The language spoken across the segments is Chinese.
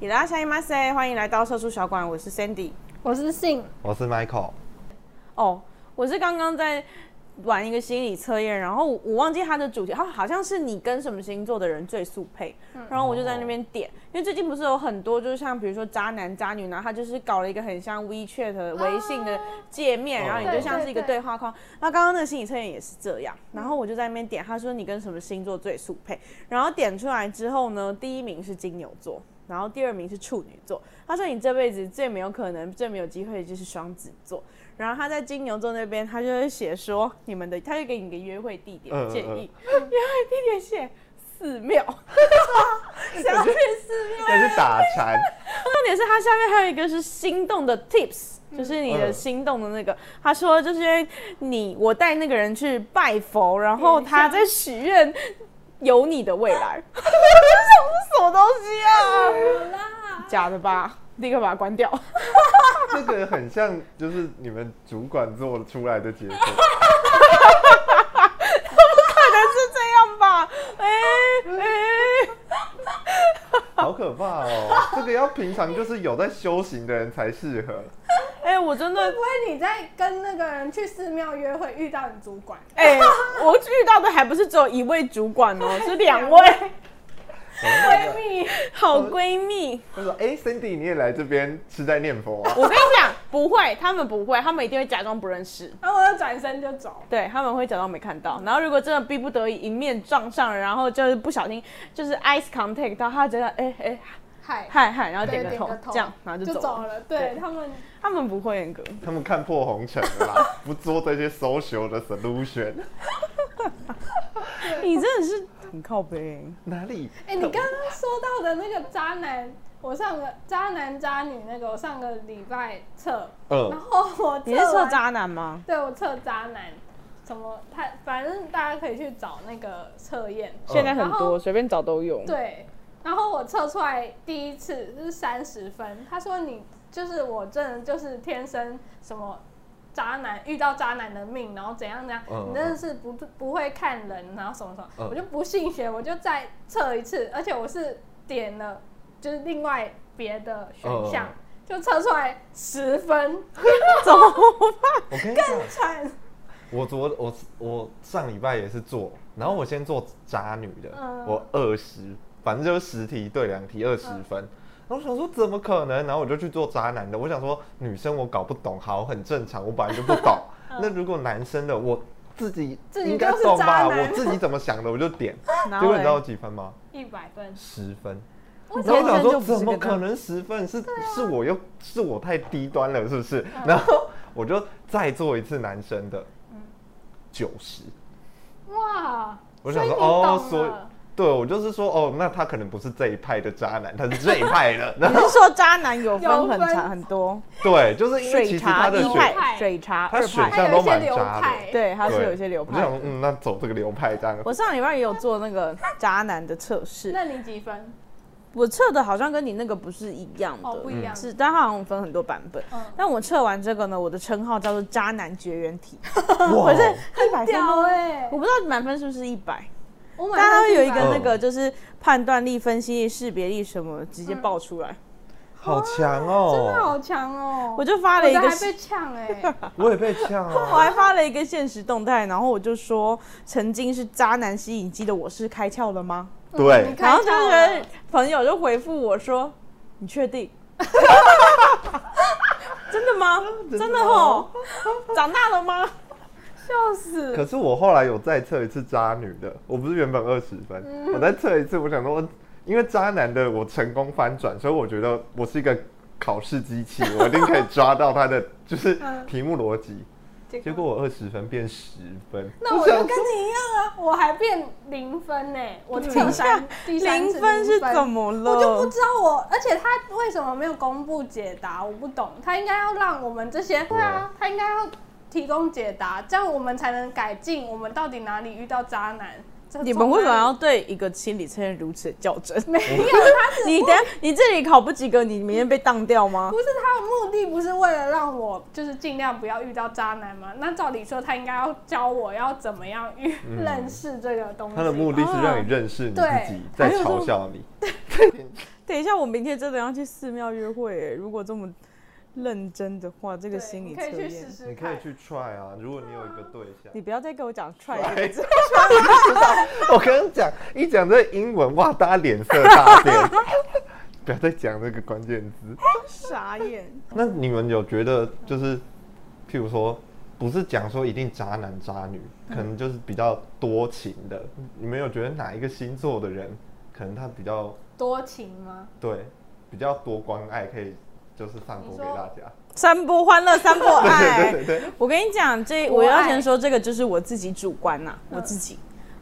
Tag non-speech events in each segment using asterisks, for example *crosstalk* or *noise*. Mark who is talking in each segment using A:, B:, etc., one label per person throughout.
A: 伊拉夏伊马塞，欢迎来到社畜小馆，我是 Sandy。
B: 我是信，
C: 我是 Michael，
A: 哦，我是刚刚在玩一个心理测验，然后我我忘记它的主题，它好像是你跟什么星座的人最速配，
B: 嗯
A: 然后我就在那边点，因为最近不是有很多就是像比如说渣男渣女，然后他就是搞了一个很像 WeChat 的微信的界面，
C: 哦
A: 然后你就
C: 对
A: 像是一个
B: 对对
A: 对话框。那刚刚那个心理测验也是这样，然后我就在那边点，他说你跟什么星座最速配，然后点出来之后呢，第一名是金牛座。然后第二名是处女座，他说你这辈子最没有可能、最没有机会的就是双子座。然后他在金牛座那边，他就会写说你们的，他就给你一个约会地点
C: 嗯嗯
A: 建议，约会地点写寺
C: *laughs*
A: 庙，想要去寺庙。
C: 这是打禅，
A: 重点是他下面还有一个是心动的 tips，就是你的
C: 嗯
A: 心动的那个。他说就是因为你我带那个人去拜佛，然后他在许愿有你的未 *laughs* 来。我就想这什么东西啊？假的吧？立刻把它 *laughs* 关掉。
C: 这个很像就是你们主管做出来的结果。
A: 可能是这样吧？哎、哎。
C: 好可怕哦！这个要平常就是有在修行的人才适合。
A: 哎、我真的
B: 会不，会你在跟那个人去寺庙约会遇到你主管？
A: *laughs* 哎、我遇到的还不是只有一位主管 *laughs* 哦，是两位
B: *laughs* 闺蜜，
A: 好闺蜜。
C: 他说：“哎、c i n d y 你也来这边吃斋念佛、啊
A: 我跟你讲，不会，他们不会，他们一定会假装不认识。
B: 然后我就转身就走。
A: 对他们会假装没看到，然后如果真的逼不得已迎面撞上，然后就是不小心就是 eyes contact 到，他觉得哎哎
B: 嗨，
A: 嗨嗨，然后
B: 对
A: 点个头，这样然后就
B: 就
A: 走
B: 走
A: 了。
B: 了。对
A: 对
B: 他们，
A: 他们不会严格，
C: 他们看破红尘了啦，不做这些 social 的 solution。
A: 你真的是很靠背。
C: 哪里？
B: 哎，你刚刚说到的那个渣男，我上个渣男渣女那个，我上个礼拜测，然
C: 嗯，
B: 后我
A: 你是测
B: 完，
A: 渣男吗？
B: 对我测渣男，什么他反正大家可以去找那个测验。
C: 嗯
A: 现在很
B: 然
A: 多，
B: 后
A: 随便找都有。 *laughs*
B: 对，然后我测出来第一次是三十分，他说你就是我真的就是天生什么渣男，遇到渣男的命，然后怎样怎样，
C: 嗯
B: 你真的是不不会看人，然后什么什么，
C: 嗯
B: 我就不信邪，我就再测一次，而且我是点了就是另外别的选项。
C: 嗯
B: 就测出来十
C: *laughs*
B: 分，
A: 怎么
C: 我跟你讲，
B: 惨，
C: 我昨我我上礼拜也是做，然后我先做渣女的，
B: 嗯
C: 我二十，反正就是十题对两题二十分。
B: 嗯
C: 然后我想说怎么可能？然后我就去做渣男的。我想说女生我搞不懂，好很正常，我本来就不懂。那如果男生的我自
B: 嗯
C: 己
B: 自己
C: 应该
B: 就是
C: 懂吧？
B: 渣男
C: 我自己怎么想的我
B: *laughs*
C: 就点。
A: 然后
C: 结果你知道
A: 嘞
C: 我几分吗？
B: 一百
C: *laughs*
B: 分，
C: 十分。
B: 我
C: 然后我想
A: 天生就
C: 说
A: 不是
C: 怎
A: 个啊
C: 么
A: 渣
C: 可能十分？是、是我又是我太低端了是不是？
A: 嗯
C: 然后我就再做一次男生的，九十。
B: 哇！
C: 我
B: 所
C: 想说
B: 以你
C: 哦
B: 懂，
C: 所以
B: 了
C: 对我就是说哦，那他可能不是这一派的渣男，他是这一派的。 *laughs* 然
A: 你
C: 后
A: 是说渣男有分
B: 有
A: 很
B: 分
A: 长很多？
C: 对，就是因为其
A: 水
C: 实他
A: 茶
C: 的
A: 一
B: 流
C: 选，
A: 派、水茶
C: 他
A: 二
C: 选
A: 派，
C: 项都
B: 还有
C: 蛮
B: 一些流
C: 渣
B: 派
C: 的。
A: 对，他是
C: 对
A: 有一些流
C: 我就
A: 派
C: 想。说，嗯，那走这个流派这样。
A: 我上礼拜也有做那个渣男的测试，
B: 那你几分？
A: 我测的好像跟你那个不是一样的，
B: 哦，不一
C: 嗯
B: 样，
A: 是，但它好像分很多版本。
B: 嗯
A: 但我测完这个呢，我的称号叫做“渣男绝缘体”，
C: 哇
A: 我是一百分
B: 屌
A: 吗，
B: 哎！
A: 我不知道满分是不是一百，
B: 我
A: 但它会有一个
C: 100
A: 那个就是判断力、分析力、识别力什么直
B: 嗯
A: 接爆出来，
C: 好强
B: 真的
C: 哦！
B: 好强哦！
A: 我就发了
B: 我
A: 一
B: 的
A: 个
B: 还被呛哎、
A: *laughs*
C: 我也被呛
A: 我
C: 哦。
A: 还发了一个现实动态，然后我就说曾经是渣男吸引机的我是开窍了吗？
C: 对
B: 你
A: 然
B: 看
A: 后就
B: 到
A: 是
B: 了
A: 朋友就回复我说：“你确定？” *laughs* 真的吗？真的哦，长大了吗？
B: 笑死，
C: 可是我后来有再测一次渣女的，我不是原本二十分，
B: 嗯
C: 我再测一次，我想说，因为渣男的我成功翻转，所以我觉得我是一个考试机器，我一定可以抓到他的
B: *laughs*
C: 就是
B: 嗯
C: 题目逻辑。结果我二十分变十分，
B: 那我就跟你一样啊，我还变零分呢、我测三第
A: *laughs*
B: 三
A: 零
B: 次
A: 分是怎？么了？
B: 我就不知道我，而且他为什么没有公布解答，我不懂。他应该要让我们这些，对啊，他应该要提供解答，这样我们才能改进我们到底哪里遇到渣男，这
A: 你们为什么要
B: 中
A: 对一个心理测验如此较真？
B: 文没有他只
A: 你等下你这里考不及格，你明天被当掉吗
B: 不？是他的目的，不是为了让我就是尽量不要遇到渣男吗？那照理说他应该要教我要怎么样遇、 *laughs* 认识这个东西。
C: 嗯他的目的是让你认识你自己
B: 哦，
C: 在
A: 对
C: 嘲笑你。
A: 等一下，我明天真的要去寺庙约会耶、如果这么认真的话，这
B: 这
A: 个心理测
B: 可以去试
A: 验，
B: 试看。
C: 你可以去 try 啊，如果你有一个对象。
A: 你不要再给我讲 try 了
C: try 我刚刚讲一讲这英文，哇，大家脸色大变。 *laughs* 不要再讲这个关键字。
A: 傻眼。
C: 那你们有觉得就是，譬如说，不是讲说一定渣男渣女，可能就是比较多情的。你们有觉得哪一个星座的人，可能他比较
B: 多情吗？
C: 对，比较多关爱，可以就是散播给大家。
A: 三波欢乐三波爱。*laughs*
B: *laughs*
C: 对对对，
A: 我跟你讲，这
B: 我
A: 我要
B: 爱
A: 先说，这个就是我自己主观呐、
B: 嗯
A: 我自己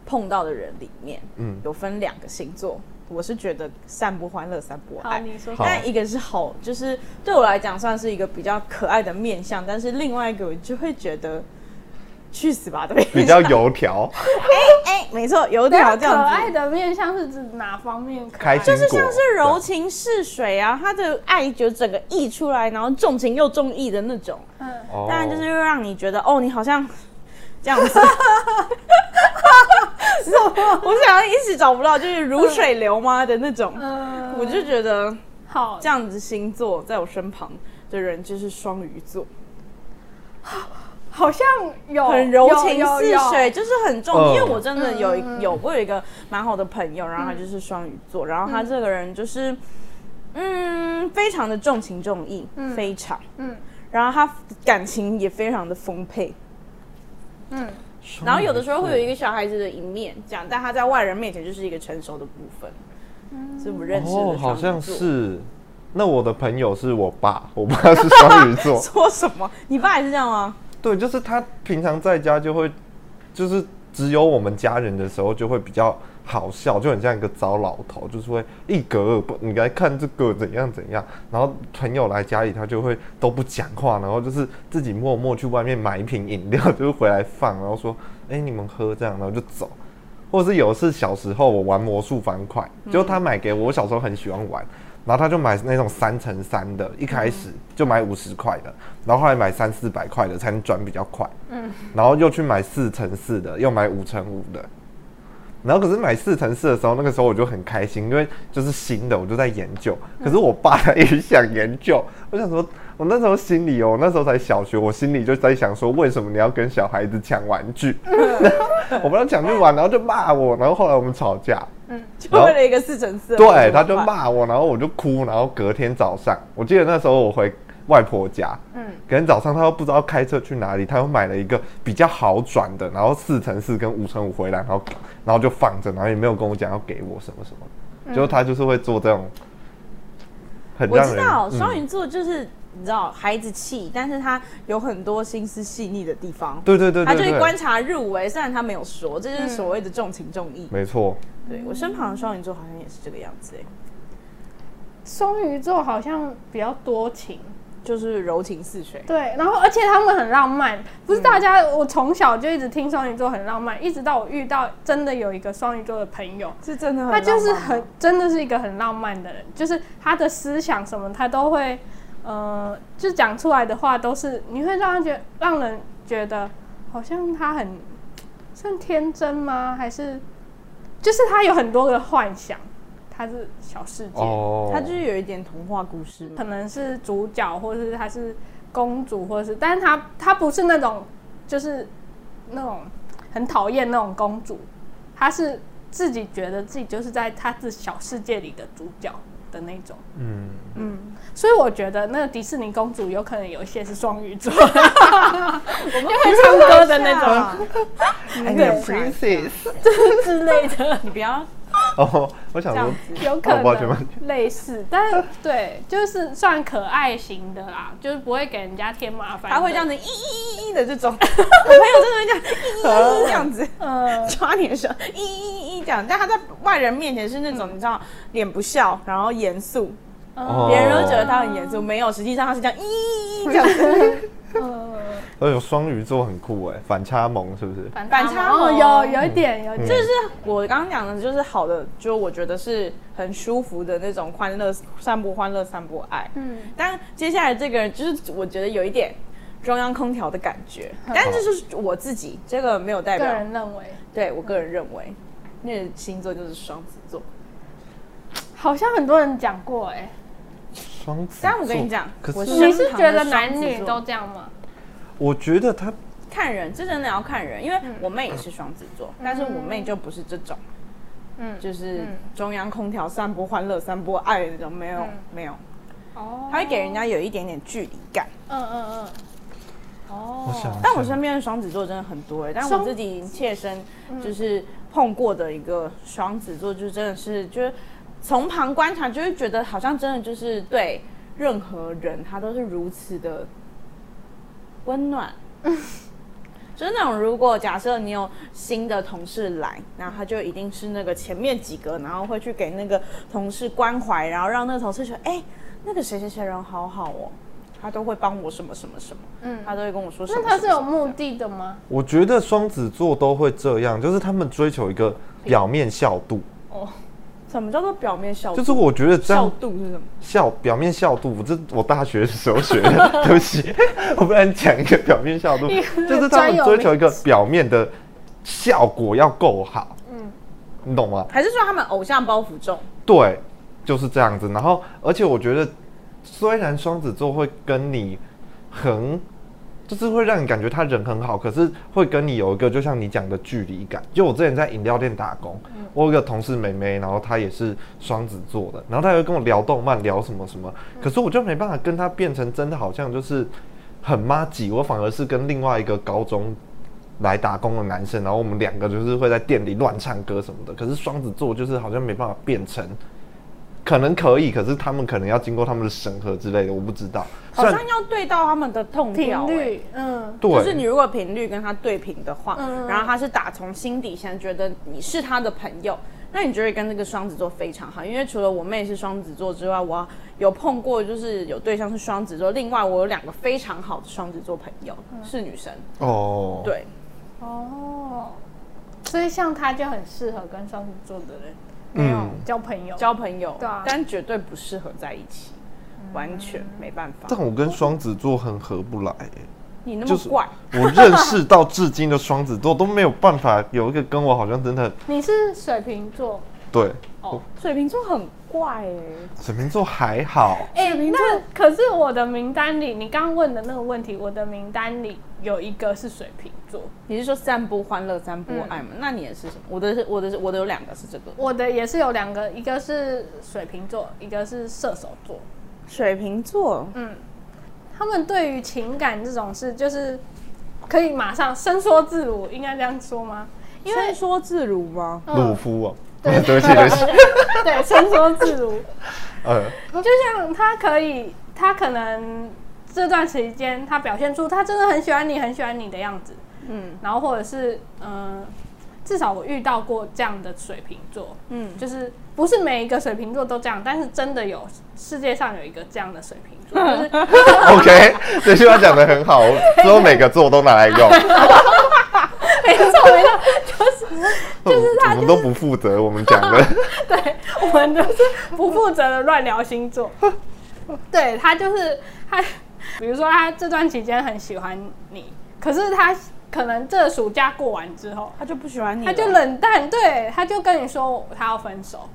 A: 碰到的人里面
C: 嗯，
A: 有分两个星座，我是觉得散播欢乐三波
B: 好，
A: 爱。
B: 你说
C: 哎好
B: 说。
A: 但一个是好，就是对我来讲算是一个比较可爱的面相，但是另外一个我就会觉得去死吧的面相
C: 比较油条，
A: *laughs* 哎、没错，油
B: 对啊
A: 条这
B: 可
A: 样子。
B: 爱的面相是指哪方面可爱？
C: 开心
A: 就是
C: 果
A: 像是柔情似水啊，他的爱就整个溢出来，然后重情又重义的那种。
B: 嗯，
C: 哦
A: 当然就是会让你觉得哦，你好像这样
C: *laughs*
A: 子。我想要一直找不到，就是如水流妈的那种。
B: 嗯
A: 我就觉得
B: 好
A: 这样子星座在我身旁的人就是双鱼座，
B: 好像有
A: 很柔情似水，，就是很重。
C: 嗯
A: 因为我真的有一
B: 嗯嗯嗯嗯
A: 有我有一个蛮好的朋友，然后他就是双鱼座，然后他这个人就是嗯，非常的重情重义，
B: 嗯
A: 非常。
B: 有有有嗯
A: 然后他感情也非常的丰沛，
B: 嗯，
C: 双鱼座
A: 然后有的时候会有一个小孩子的一面，这样，但他在外人面前就是一个成熟的部分，
B: 嗯
A: 是我认识的、，
C: 哦，好像。是。那我的朋友是我爸，我爸是双鱼
A: *laughs*
C: 座
A: 说什么？你爸也是这样吗？
C: 对，就是他平常在家就会，就是只有我们家人的时候就会比较好笑，就很像一个糟老头，就是会一格而不，你来看这个怎样怎样，然后朋友来家里他就会都不讲话，然后就是自己默默去外面买一瓶饮料， *laughs* 就是回来放，然后说，哎、你们喝这样，然后就走。或者是有是小时候我玩魔术方块，就他买给我，我小时候很喜欢玩，然后他就买那种三乘三的，一开始就买五十块的，然后后来买三四百块的才能转比较快，嗯，然后又去买四乘四的，又买五乘五的，然后可是买四乘四的时候，那个时候我就很开心，因为就是新的，我就在研究。可是我爸他也想研究，我想说，我那时候心里哦，我那时候才小学，我心里就在想说，为什么你要跟小孩子抢玩具？ *laughs* 我们要抢去玩，然后就骂我，然后后来我们吵架，
A: 就为了一个四乘四，
C: 对，他就。骂我，然后我就哭，然后隔天早上，我记得那时候我回外婆家，嗯，隔天早上他又不知道开车去哪里，他又买了一个比较好转的，然后四乘四跟五乘五回来，然后然后就放着，然后也没有跟我讲要给我什么什
A: 嗯
C: 么，结果他就是会做这种很
A: 我
C: 让
A: 知
C: 人
A: 道
C: 嗯
A: 双鱼座就是你知道孩子气，但是他有很多心思细腻的地方，
C: 对对对
A: 他就
C: 对
A: 会观
C: 对，
A: 察入微，虽然他没有说，这
B: 嗯
A: 就是所谓的重情重义。
C: 没错，
A: 对我身旁的双鱼座好像也是这个样子、欸，
B: 双鱼座好像比较多情，
A: 就是柔情似水。
B: 对，然后而且他们很浪漫，不是大家，我从小就一直听双鱼座很浪漫，一直到我遇到真的有一个双鱼座的朋友，
A: 是真的很
B: 他就是
A: 浪漫吗
B: 很真的是一个很浪漫的人，就是他的思想什么他都会，呃，就讲出来的话都是你会让他觉让人觉得好像他很算天真吗？还是就是他有很多的幻想，他是小世界，
C: 哦，
A: 他就是有一点童话故事嘛
B: 可。能是主角，或是他是公主，或是，但是他他不是那种就是那种很讨厌那种公主，他是自己觉得自己就是在他自小世界里的主角的那种。
C: 嗯，
B: 所以我觉得那个迪士尼公主有可能有一些是双鱼
A: *laughs*
B: 座，我们会唱歌的那种。
A: 种 *laughs*
C: I'm
A: 对
C: your princess
A: 之类的，你不要
C: *laughs* 哦，我想
A: 这样
C: 说
A: 子。
B: 有可
C: 哦抱歉抱歉
B: 能类似，但是对，就是算可爱型的啦，就是不会给人家添麻烦的。
A: 他会这样子，咦咦咦咦的这种，我朋友真的会这样，咦咦咦这样子
B: 嗯，
A: 抓你的手，咦咦咦这样。但他在外人面前是那种你知道，脸不笑，然后严肃，
B: 嗯
C: 哦
A: 别人都觉得他很严肃，没有，实际上他是这样，咦咦咦这样子。
B: 嗯
C: 而且哎双鱼座很酷哎，反差萌是不是？
B: 反
A: 反差萌
B: 哦，有有一点，
C: 嗯
B: 有一点
A: 就是我刚刚讲的，就是好的，就我觉得是很舒服的那种欢乐，散播欢乐，散播爱。
B: 嗯，
A: 但接下来这个人，就是我觉得有一点中央空调的感
B: *laughs*
A: 觉，但这就是我自己，这个没有代
B: 嗯个
A: 表，
B: 人认为，
A: 对我个人认为，那个星座就是双子座。
B: 好像很多人讲过哎、
C: 双子座，
A: 但我跟你讲
C: 可
A: 我
C: 是
A: 是
B: 你是觉得男女都这样吗？
C: 我觉得他
A: 看人，这真的要看人，因为我妹也是双子座，但是我妹就不是这种，
B: 嗯，
A: 就是中央空调散播欢乐、散播爱的那种，没有、
B: 嗯
A: 没有，
B: 哦，
A: 她会给人家有一点点距离感。
B: 嗯嗯嗯，
C: 我想
B: 哦，
A: 但我身边的双子座真的很多哎、但我
B: 双
A: 自己切身就是碰过的一个双子座，就真的是就是从旁观察，就会觉得好像真的就是对任何人他都是如此的温
B: *laughs*
A: 暖。就是那种，如果假设你有新的同事来，然后他就一定是那个前面几个，然后会去给那个同事关怀，然后让那个同事说，哎、那个谁谁谁人好好哦，他都会帮我什么什么什么，
B: 嗯
A: 他都会跟我说什么什
B: 那
A: 么。
B: 他是有
A: 什么
B: 目的的吗？
C: 我觉得双子座都会这样，就是他们追求一个表面效度，
A: 什么叫做表面效？
C: 就是我觉得这
A: 效
C: 样
A: 哦度是什么？
C: 效表面效度，我这我大学的时候学的，对
A: *laughs*
C: 不起，我不然讲一个表面效度，就是他们追求一个表面的效果要够好，嗯，你懂吗？
A: 还是说他们偶像包袱重？
C: 对，就是这样子。然后，而且我觉得，虽然双子座会跟你很，就是会让你感觉他人很好，可是会跟你有一个就像你讲的距离感。就我之前在饮料店打工，我有一个同事妹妹，然后她也是双子座的，然后她又跟我聊动漫，聊什么什么，
A: 嗯
C: 可是我就没办法跟她变成真的好像就是很妈几，我反而是跟另外一个高中来打工的男生，然后我们两个就是会在店里乱唱歌什么的。可是双子座就是好像没办法变成，可能可以，可是他们可能要经过他们的审核之类的，我不知道。
A: 好
C: 虽然
A: 像要对到他们的痛
B: 频
A: 调、欸。
B: 率，嗯，
C: 对，
A: 就是你如果频率跟他对频的话，
B: 嗯
A: 然后他是打从心底想觉得你是他的朋友，那你就会跟那个双子座非常好。因为除了我妹是双子座之外，我有碰过就是有对象是双子座，另外我有两个非常好的双子座朋友、
B: 嗯
A: 是女生，
C: 哦，，
A: 对，
B: 哦，所以像他就很适合跟双子座的人
C: 嗯
A: 没有、
B: 交朋友，
A: 交朋友，
B: 对啊嗯
A: 但绝对不适合在一起，完全没办法。
C: 但我跟双子座很合不来、
A: 你那
C: 就
A: 么
C: 是
A: 怪，
C: 我认识到至今的双子座都没有办法有一个跟我好像真的
B: 你是水瓶座，
C: 对。
A: 水瓶座很怪哎、
C: 水瓶座还好，
B: 哎、那可是我的名单里，你刚刚问的那个问题，我的名单里有一个是水瓶座，
A: 你是说散播欢乐，散播爱吗？那你也是什么？我的是我的是我的有两个是这个
B: 我的也是有两个，一个是水瓶座，一个是射手座。
A: 水瓶座，
B: 他们对于情感这种事，就是可以马上伸缩自如，应该这样说吗？
A: 因为嗯说自如吗？
C: 鲁夫哦， *laughs* 对不起，对不起，
B: 对，伸缩自如，
C: 呃，
B: 就像他可以，他可能这段时间他表现出他真的很喜欢你，很喜欢你的样子，
A: 嗯
B: 然后或者是嗯、呃至少我遇到过这样的水瓶座，
A: 嗯，
B: 就是不是每一个水瓶座都这样，但是真的有世界上有一个这样的水瓶座， *laughs* 就是
C: OK，这句话讲的很好，我之后每个座都拿来用。
B: 没错没错，就是
C: 就是哦我们都不负责我们讲的，
B: 对，我们都是不负责的乱聊星座。对他就是他，比如说他这段期间很喜欢你，可是他可能这暑假过完之后，
A: 他就不喜欢你了，
B: 他就冷淡，对，他就跟你说他要分手，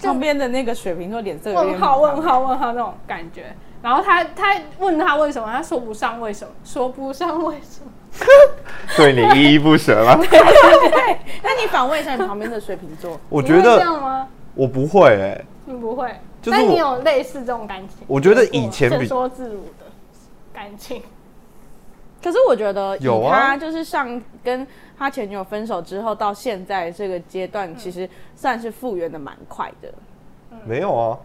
A: 旁边的那个水瓶座脸色有
B: 问
A: 点
B: 号问号问号那种感觉。然后他他问他为什么，他说不上为什么，说不上为什么。
C: 对你依依不舍吗？
A: *laughs* 对，那你反问一下你旁边的水瓶座，
C: 我
B: 你
C: 觉
B: 会这
C: 得
B: 样吗？
C: 我不会哎、
B: 你不会，
C: 就是
B: 但
C: 我
B: 你有类似这种感情过吗？
C: 我觉得以前比
B: 伸缩自如的感情。
A: *laughs* 可是我觉得以
C: 有啊
A: 他就是上跟他前女友分手之后到现在这个阶段，其实算是复原的蛮快的，
C: 没有啊，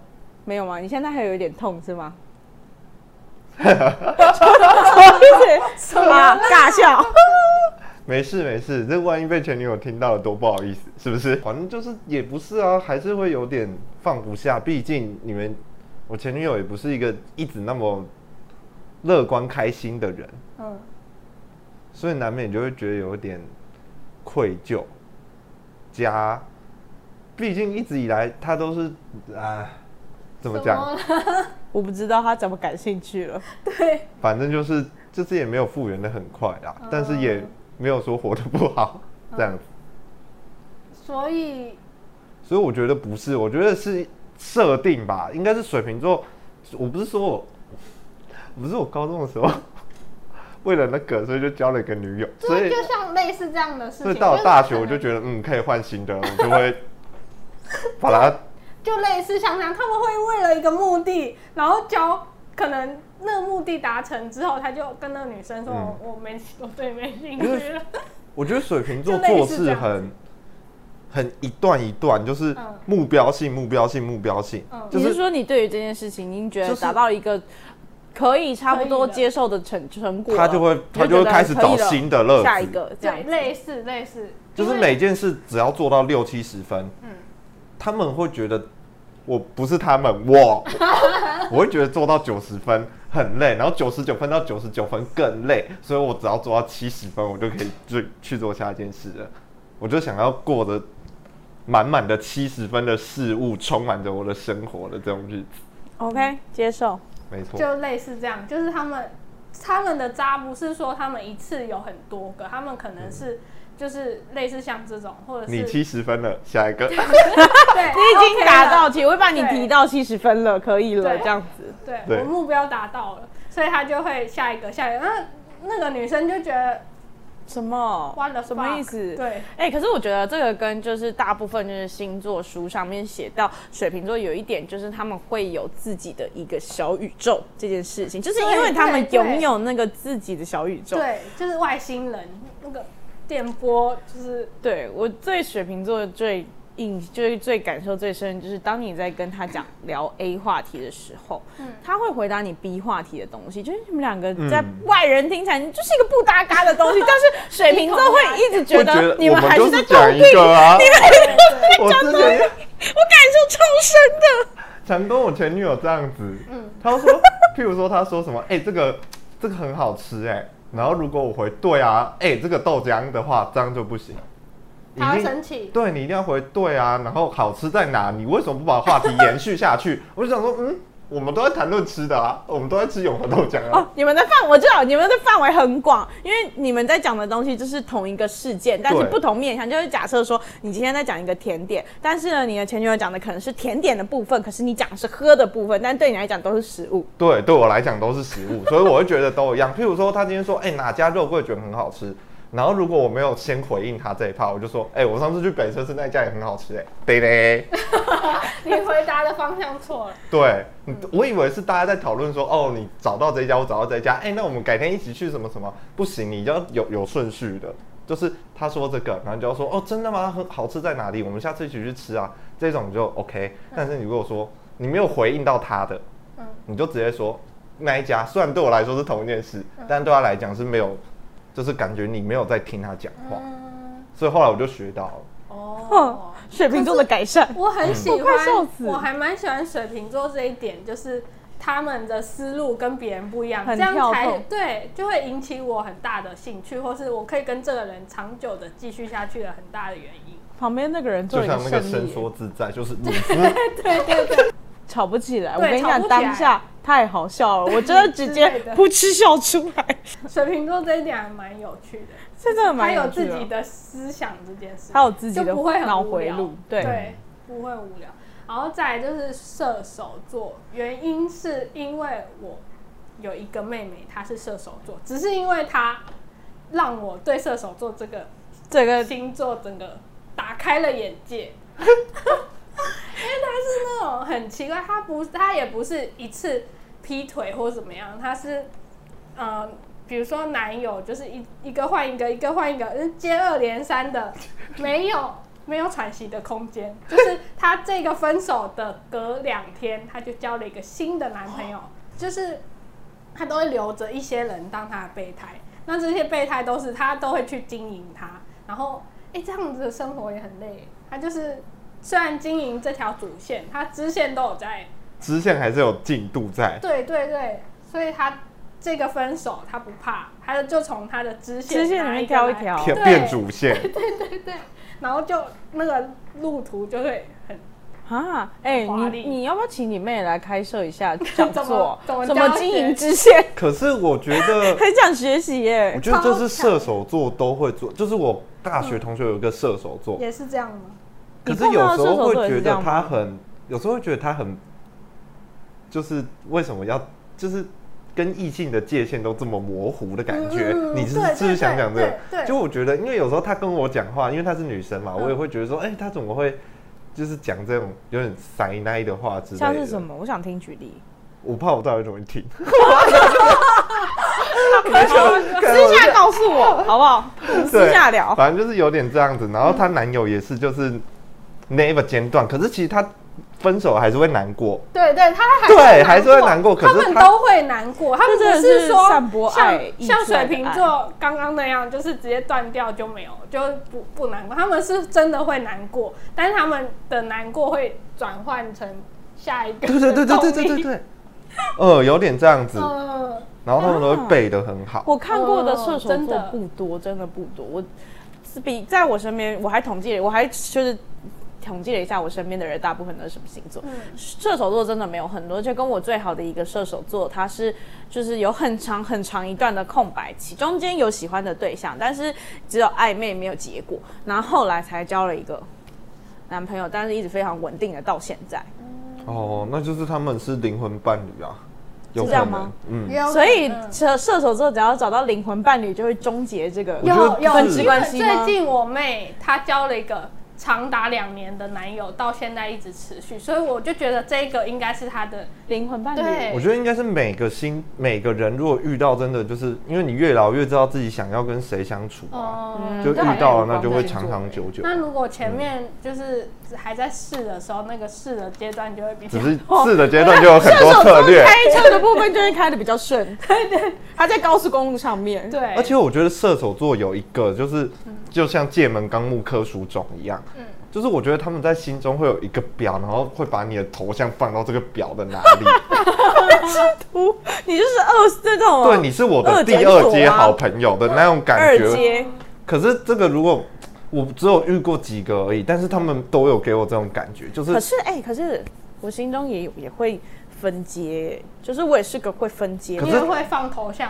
A: 没有吗？你现在还有一点痛是 *laughs* 吗？什么尬笑？
C: 没事没事，这万一被前女友听到了多不好意思，是不是？反正就是也不是啊，还是会有点放不下，毕竟你们我前女友也不是一个一直那么乐观开心的人，
B: 嗯，
C: 所以难免就会觉得有点愧疚，加，毕竟一直以来他都是啊，怎么讲？
B: 什么
A: *laughs* 我不知道他怎么感兴趣了。
B: 对，
C: 反正就是这次也没有复原的很快啦，
B: 嗯
C: 但是也没有说活得不好这样子。
B: 所以
C: 所以我觉得不是，我觉得是设定吧，应该是水瓶座。我不是说我，我不是我高中的时候， *laughs* 为了那个，所以就交了一个女友，所
B: 这
C: 以
B: 就像类似这样的事
C: 所以
B: 情。
C: 到了大学我
B: 是
C: 就觉得，嗯，可以换新的，我
B: *laughs*
C: 就会把它。
B: 就类似像这样，他们会为了一个目的，然后交可能那个目的达成之后，他就跟那个女生说：“
C: 嗯
B: 我没，我对你没兴
C: 就
B: 趣
C: 是
B: 了。
C: 我觉得水瓶座
B: 就类似
C: 做
B: 这
C: 事
B: 样子
C: 很很一段一段，就是
B: 嗯
C: 目标性、目标性、目标性
B: 嗯，
C: 就
A: 你是
C: 是
A: 说你对于这件事情，您觉得
C: 就是
A: 达到一个可以差不多
B: 可以了
A: 接受的成成果了，
C: 他就会
A: 你
C: 他就会
A: 觉得
C: 开始
A: 可以
C: 找
A: 了
C: 新的乐
A: 下
C: 子
A: 一个”这样
B: 对，
A: 子。
B: 类似类似，
C: 就是
B: 因为
C: 每件事只要做到六七十分，
A: 嗯
C: 他们会觉得我不是他们，我 *laughs* 我会觉得做到九十分很累，然后九十九分到九十九分更累，所以我只要做到七十分，我就可以就去做下一件事了。我就想要过着满满的七十分的事物，充满着我的生活的这种日子，
A: OK，接受。
C: 没错。
B: 就类似这样，就是他们他们的渣不是说他们一次有很多个，他们可能是就是类似像这种，或者是
C: 嗯你七十分了，下一个
A: *laughs*
B: 对，
A: 你已经
B: OK
A: 达
B: 了
A: 到，题，我会把你
B: 对
A: 提到七十分了，可以了，
B: 对
A: 这样子。
B: 对，
C: 对
B: 我目标达到了，所以他就会下一个下一个，那那个女生就觉得
A: 什么
B: What the
A: 什么
B: fuck？
A: 意思？
B: 对，
A: 哎、可是我觉得这个跟就是大部分就是星座书上面写到水瓶座有一点，就是他们会有自己的一个小宇宙这件事情，就是因为他们
B: 对对
A: 拥有那个自己的小宇宙。
B: 对，就是外星人那个电波，就是 *laughs*
A: 对我对水瓶座最印就是最感受最深，就是当你在跟他讲聊 A 话题的时候，
B: 嗯
A: 他会回答你 B 话题的东西，就是你们两个在
C: 嗯
A: 外人听起来你就是一个不搭嘎的东
B: *laughs*
A: 西，但是水瓶座会一直觉
C: 我觉
A: 得
C: 得
A: 你
C: 我
A: 们还
C: 就是
A: 在
C: 是
A: 狗
C: 讲一
A: 屁，
C: 个啊， *laughs* 我
A: 讲同一
C: 之前
A: 个我感受超深的。
C: 常跟我前女友这样子，嗯，她说，譬如说她说什么，哎、这个这个很好吃、哎，然后如果我回对啊，哎、这个豆浆的话，这样就不行，一
B: 他会
C: 定
B: 生气。
C: 对你一定要回对啊，然后好吃在哪？你为什么不把话题延续下去？ *laughs* 我就想说，嗯，我们都在谈论吃的啊，我们都在吃永和豆浆啊，
A: 哦，你们的范我知道，你们的范围很广，因为你们在讲的东西就是同一个事件，但是
C: 对
A: 不同面向。就是假设说，你今天在讲一个甜点，但是呢，你的前女友讲的可能是甜点的部分，可是你讲的是喝的部分，但对你来讲都是食物。
C: 对，对我来讲都是食物，所以我会觉得都一样。譬如说，他今天说，哎、哪家肉桂卷很好吃，然后如果我没有先回应他这一趴，我就说，哎、我上次去北车市那家也很好吃、哎，对嘞。
B: 你回答的方向错了，
C: 对，你我以为是大家在讨论说，哦，你找到这一家，我找到这一家，哎、那我们改天一起去什么什么？不行，你要有有顺序的。就是他说这个，然后你就要说，哦，真的吗？很好吃在哪里？我们下次一起去吃啊。这种就 OK。但
A: 嗯
C: 是你如果说你没有回应到他的，
B: 嗯
C: 你就直接说那一家，虽然对我来说是同一件事，
A: 嗯
C: 但对他来讲是没有，就是感觉你没有在听他讲话。
B: 嗯，
C: 所以后来我就学到了。
B: 哦
A: 哼，，水瓶座的改善。
B: 我很喜欢
A: 我快笑，死
B: 我还蛮喜欢水瓶座这一点，就是他们的思路跟别人不一样，这
A: 很
B: 样
A: 跳
B: 才
A: 动
B: 对，就会引起我很大的兴趣，或是我可以跟这个人长久的继续下去的很大的原因。
A: 旁边那个人做
C: 就
A: 了一
C: 像
A: 个
C: 那个
A: 胜
C: 伸
A: 利，
C: 缩自在，就是你 *laughs*
B: 对对对，
A: 吵不起来。我
B: 对
A: 跟你
B: 吵
A: 讲
B: 不，起来
A: 当下太好笑了，我真的直接
B: 之类的
A: 噗嗤笑出来，
B: 水瓶座这一点还蛮有趣的，
A: 这真的
B: 他
A: 蛮
B: 有
A: 趣
B: 自己
A: 的，
B: 的思想这件事，
A: 他有自己
B: 就
A: 的
B: 不会很
A: 脑
B: 无
A: 回
B: 聊
A: 路，对。
B: 对，不会无聊。然后再来就是射手座，原因是因为我有一个妹妹，她是射手座，只是因为她让我对射手座这个
A: 这个
B: 星座整个打开了眼 *laughs* 界。因为她是那种很奇怪，她不，她也不是一次劈腿或怎么样，她是，呃，比如说男友就是一一个换一个，一个换一个，就是接二连三的，没有没有喘息的空间。 *laughs* 就是她这个分手的隔两天，她就交了一个新的男朋友，就是她都会留着一些人当她的备胎。那这些备胎都是她都会去经营她，然后哎、诶这样子的生活也很累。她就是虽然经营这条主线，她支线都有在
C: 支线还是有进度在。
B: 对对对，所以他这个分手他不怕，他就从他的支线
A: 支线里
B: 拿
A: 面
B: 个
A: 挑一
B: 来
A: 条，
C: 变
B: 对
C: 变主线，
B: 然后就那个路途就会很
A: 啊，哎、
B: 华
A: 你
B: 丽
A: 你要不要请你妹来开设一下讲
B: 怎么
A: 座？
B: 怎么
A: 怎么
B: 教
A: 经
B: 学
A: 营支线？
C: 可是我觉
A: *laughs*
C: 得，
A: 很想学习耶、
C: 我觉得这是射手座都会做，就是我大学同学有一个射手座，
B: 也是这样吗？
C: 可是
A: 嗯你碰
C: 有
A: 到
C: 时
A: 的射
C: 候
A: 手
C: 会
A: 座也
C: 觉
A: 是这
C: 得
A: 样
C: 他
A: 吗
C: 很，有时候会觉得他很，就是为什么要，就是跟异性的界限都这么模糊的感觉，
B: 嗯嗯嗯
C: 你是
B: 对
C: 是不是
B: 对
C: 想讲这
B: 对
C: 个？
B: 对对
C: 就我觉得，因为有时候他跟我讲话，因为她是女生嘛，
A: 嗯
C: 我也会觉得说，哎、她怎么会？就是讲这种有点塞奶的话之类的，
A: 像是什么？我想听举例。
C: 我怕我到底怎么听，
A: *laughs* 私下告诉 *laughs* 我好不好？我们私
C: 对
A: 下聊。
C: 反正就是有点这样子。然后她男友也是，就是 never 间断，可是其实她分手还是会难过，
B: 对对，他还
C: 对还是
B: 是会
C: 会
B: 难
C: 难过
B: 过，
C: 可是
B: 他们
C: 他
B: 都会难过，他们
A: 这真
B: 不
A: 的是
B: 说
A: 散播爱溢
B: 像像
A: 出来的
B: 水瓶座刚刚那样，就是直接断掉就没有，就不不难过。他们是真的会难过，但是他们的难过会转换成下一个
C: 对对对对对对对对， *laughs* 呃，有点这样子，
B: 嗯，
C: 然后他们都会背得很好。
A: 我看过的射手
B: 哦真
A: 座
B: 的
A: 不多，真的不多。我是比在我身边，我还统计了，我还就是统计了一下我身边的人，大部分都是什么星座。射手座真的没有很多，就跟我最好的一个射手座，他是就是有很长很长一段的空白期，中间有喜欢的对象，但是只有暧昧没有结果，然后后来才交了一个男朋友，但是一直非常稳定的到现在。
C: 哦，那就是他们是灵魂伴侣啊，有
A: 是
C: 可
A: 这样
C: 能
A: 吗，
C: 嗯，
B: 也有
A: 所以
B: 可能
A: 射射手座只要找到灵魂伴侣，就会终结这个
C: 我觉得
B: 有
C: 不
B: 有
C: 是
B: 因为
A: 关系吗
B: 最近我妹她交了一个长达两年的男友，到现在一直持续，所以我就觉得这个应该是她的
A: 灵魂伴
B: 对
A: 侣。
C: 我觉得应该是每个心每个人，如果遇到真的就是因为你越老越知道自己想要跟谁相处啊，
B: 哦、嗯
C: 就
A: 嗯
C: 遇到了那
A: 对
C: 就会长长久久，
B: 那如果前面就是还在试的时候，那个试的阶段就会哦比较 *laughs*
C: 只是试的阶段就有很多策略。
A: 开车的部分就会开的比较顺，对对，他在高速公路上面，
B: 对，
C: 而且我觉得射手座有一个就是，
A: 嗯
C: 就像界门纲目科属种一样，
B: 嗯
C: 就是我觉得他们在心中会有一个表，然后会把你的头像放到这个表的哪
A: *laughs*
C: 里，
A: 不，你就是二这种
C: 对，你是我的第二阶好朋友的那种感
A: 二
C: 觉。
A: 阶，
C: 可是这个如果我只有遇过几个而已，但是他们都有给我这种感觉，就
A: 可
C: 是
A: 是哎、可是我心中也有也会分阶，就是我也是个会分阶的
C: 可
B: 因
C: 是
B: 为会放头像，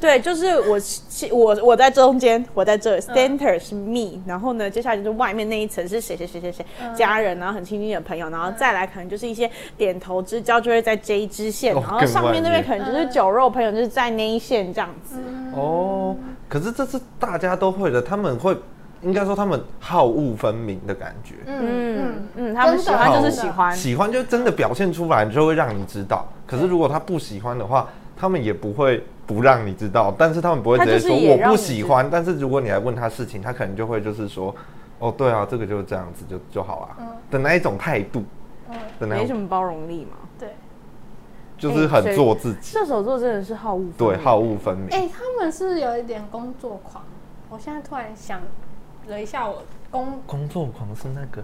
A: 对，就是我其我我在中间，我在
C: 嗯
A: 这 center 是 me，然后呢，接下来就是外面那一层是谁谁谁谁谁
C: 嗯
A: 家人，啊然后很亲近的朋友，然后再来可能就是一些点头之交，就会在这一支线，
C: 哦
A: 然后上面那边
C: 更
A: 可能就是酒肉朋友，就是在那一线这样子。
C: 哦，可是这是大家都会的，他们会应该说他们好恶分明的感觉，
A: 嗯
B: 嗯
A: 嗯，他们喜欢就是喜欢，
C: 喜欢就真的表现出来，就会让你知道。可是如果他不喜欢的话，他们也不会不让你知道，但是他们不会直接
A: 他
C: 说
A: 就是也
C: 我
A: 让
C: 不
A: 你
C: 喜欢。但是如果你来问他事情，他可能就会就是说，哦，对啊，这个就是这样子就就好啦、的那一种态度，的那
A: 嗯没什
C: 种
A: 么包容力嘛。
B: 对，
C: 就是很做自己，
A: 射手座真的是好恶，
C: 对，好恶分明。
B: 哎、他们是有一点工作狂。我现在突然想了一下，我工
C: 工作狂是那个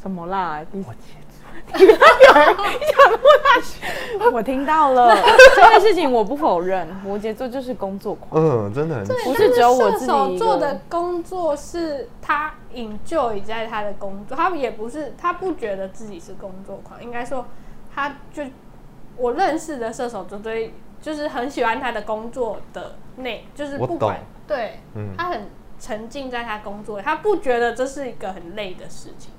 A: 什么啦？你
C: 我姐姐， *laughs*
A: 我听到了这件事情，我不否认，摩羯座就是工作狂。
C: 嗯，真的很
B: 对
A: 不
B: 但
A: 是只有我
B: 射
A: 自己
B: 手
A: 一
B: 座
A: 个
B: 的工作是他 enjoy 在他的工作，他也不是他不觉得自己是工作狂，应该说他就我认识的射手座对，就是很喜欢他的工作的内，就是
C: 我
B: 不管
C: 懂
B: 对，
C: 嗯
B: 他很沉浸在他工作，他不觉得这是一个很累的事情。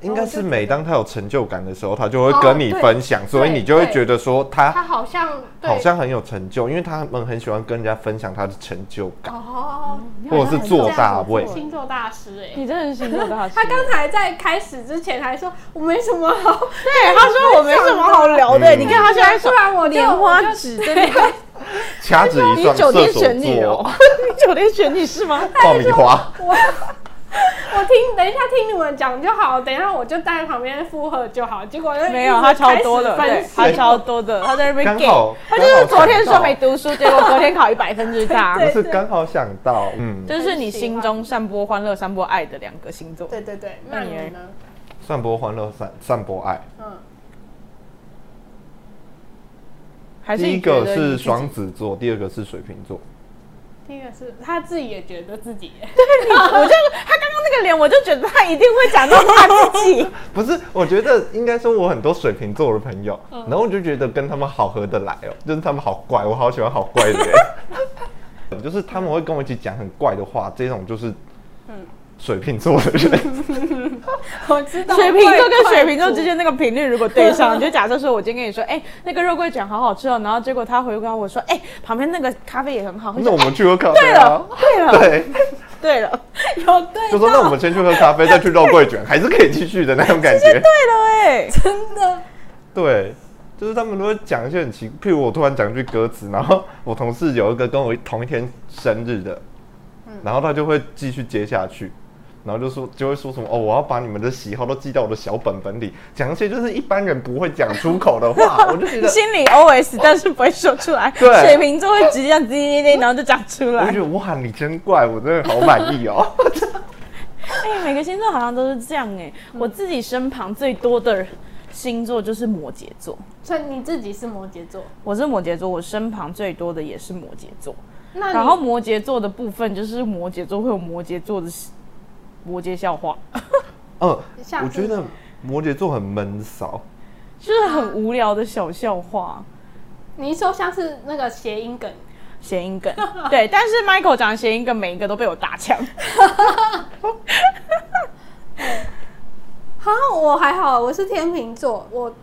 C: 应该是
B: 哦我就觉得
C: 每当他有成就感的时候，他就
B: 哦
C: 会跟你
B: 对
C: 分享，所以
B: 对
C: 你就会
B: 对
C: 觉得说
B: 他好像对
C: 啊好像很有成就，因为他们很喜欢跟人家分享他的成就感。
B: 哦，
C: 或者是做大位
B: 星座大师哎、
A: 你真的是星座大师。
B: 他刚才在开始之前还说我没什么好
A: 对，他说我没什么好聊的，
B: *laughs*
C: 嗯
A: 你看他现在说
B: 突然我就
A: 莲花
B: *laughs*
A: 指真的，
C: 掐指一
A: 你
C: 算，
A: 酒
C: 射
A: 店
C: 手
A: 选女哦你 *laughs*
C: 座，，
A: 酒店选女是吗？ *laughs*
C: 爆米花。
B: 我 *laughs* 我听，等一下听你们讲就好，等一下我就在旁边附和就好。结果就
A: 没有，他超多的，
B: 开始分
A: 对
B: 析，
A: 他超多的，他在那边
C: 刚
A: gay，
C: 好
A: 他就是昨天
C: 刚
A: 说
C: 好
A: 没读书，结果昨天考一百分，就是他
C: 不
B: 对。
C: 是刚好想到，
A: *laughs*
C: 嗯，
A: 就是你心中散播欢乐、散播爱的两个星座，
B: 对对对，
A: 那
B: 那
A: 你
B: 你呢？
C: 散播欢乐，散散播爱，
B: 嗯，
A: 还是
C: 第
A: 你
C: 一个
A: 觉 *laughs* 得你
C: 是
A: 自己
C: 双子座，第二个是水瓶座。
B: 第一个是他自己也觉得自己，
A: *laughs* 我就他刚刚那个脸，我就觉得他一定会讲到他自己。
C: 不是，我觉得应该说，我很多水瓶座的朋友，
A: 嗯
C: 然后我就觉得跟他们好合得来哦，就是他们好怪，我好喜欢好怪的人，
A: *laughs*
C: 就是他们会跟我一起讲很怪的话，这种就是，
A: 嗯
C: 水瓶座的人，
B: 我知道
A: 水瓶座跟水瓶
B: 快
A: 座
B: 速
A: 之间那个频率如果对上，就假设说我今天跟你说，哎、那个肉桂卷好好吃哦，然后结果他回过我说，哎、旁边那个咖啡也很好，我
C: *laughs* 那
A: 就
C: 我们去喝咖
A: 对
C: 啡啊
A: 了，，对了，
C: 对，
A: 对了，
B: 有对
C: 就说那我们先去喝咖啡， *laughs* 再去肉桂卷，还是可以继续的那种
A: *laughs*
C: 感觉，
A: 对了、哎，
B: 真的
C: 对，就是他们都会讲一些很奇，譬如我突然讲一句歌词，然后我同事有一个跟我同一天生日的，然后他就会继续接下去，然后就说就会说什么哦，我要把你们的喜好都记到我的小本本里，讲一些就是一般人不会讲出口的
A: 啊
C: 话，我就觉得。
A: 心里 OS，但是不会说出来。
C: 对
A: 水瓶座会直接这样滴滴滴，然后就讲出
C: 我就
A: 来
C: 觉。得哇，你真怪，我真的好满意哦。
A: 哎、每个星座好像都是这样哎、我自己身旁最多的星座就是摩羯座，
B: 所以你自己是摩羯座，
A: 我是摩羯座，我身旁最多的也是摩羯座。
B: 那你
A: 然后摩羯座的部分就是摩羯座会有摩羯座的摩羯笑话，
C: 嗯，
B: 下次
C: 我觉得摩羯座很闷骚，
A: 就是很无聊的小笑话。
B: 你一说像是那个谐音梗，
A: 谐音 *laughs* 梗，对，但是 Michael 讲的谐音梗每一个都被我打枪，
B: 哈，我还好，我是天秤座，我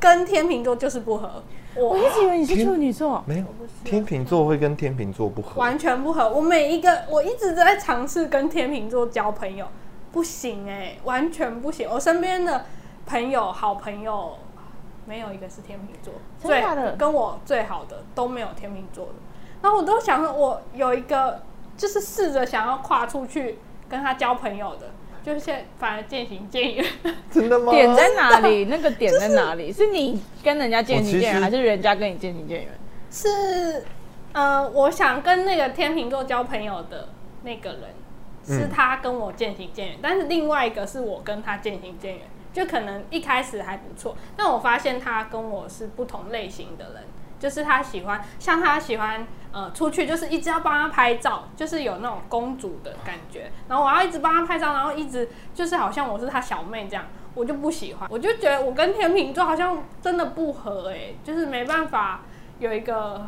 B: 跟天秤座就是不合，我
A: *laughs* 我一直以为你是处女座，
C: 没有天秤座会跟天秤座不合，
B: 完全不合。我每一个，我一直在尝试跟天秤座交朋友，不行哎、完全不行。我身边的朋友，好朋友，没有一个是天秤座，
A: 真的假的
B: 跟我最好的都没有天秤座的。然后我都想说，我有一个就是试着想要跨出去跟他交朋友的，就是现在反而渐行渐远。
C: 真的吗？
A: 点在哪 *laughs* 里？那个点在哪里？是你跟人家渐行渐
C: 我其
A: 远，
C: 实
A: 还是人家跟你渐行渐远？
B: 是，呃，我想跟那个天秤座交朋友的那个人，是
C: 嗯
B: 他跟我渐行渐远，但是另外一个是我跟他渐行渐远，就可能一开始还不错，但我发现他跟我是不同类型的人。就是他喜欢，像他喜欢，呃，出去就是一直要帮他拍照，就是有那种公主的感觉。然后我要一直帮他拍照，然后一直就是好像我是他小妹这样，我就不喜欢。我就觉得我跟天秤座好像真的不合哎、就是没办法有一个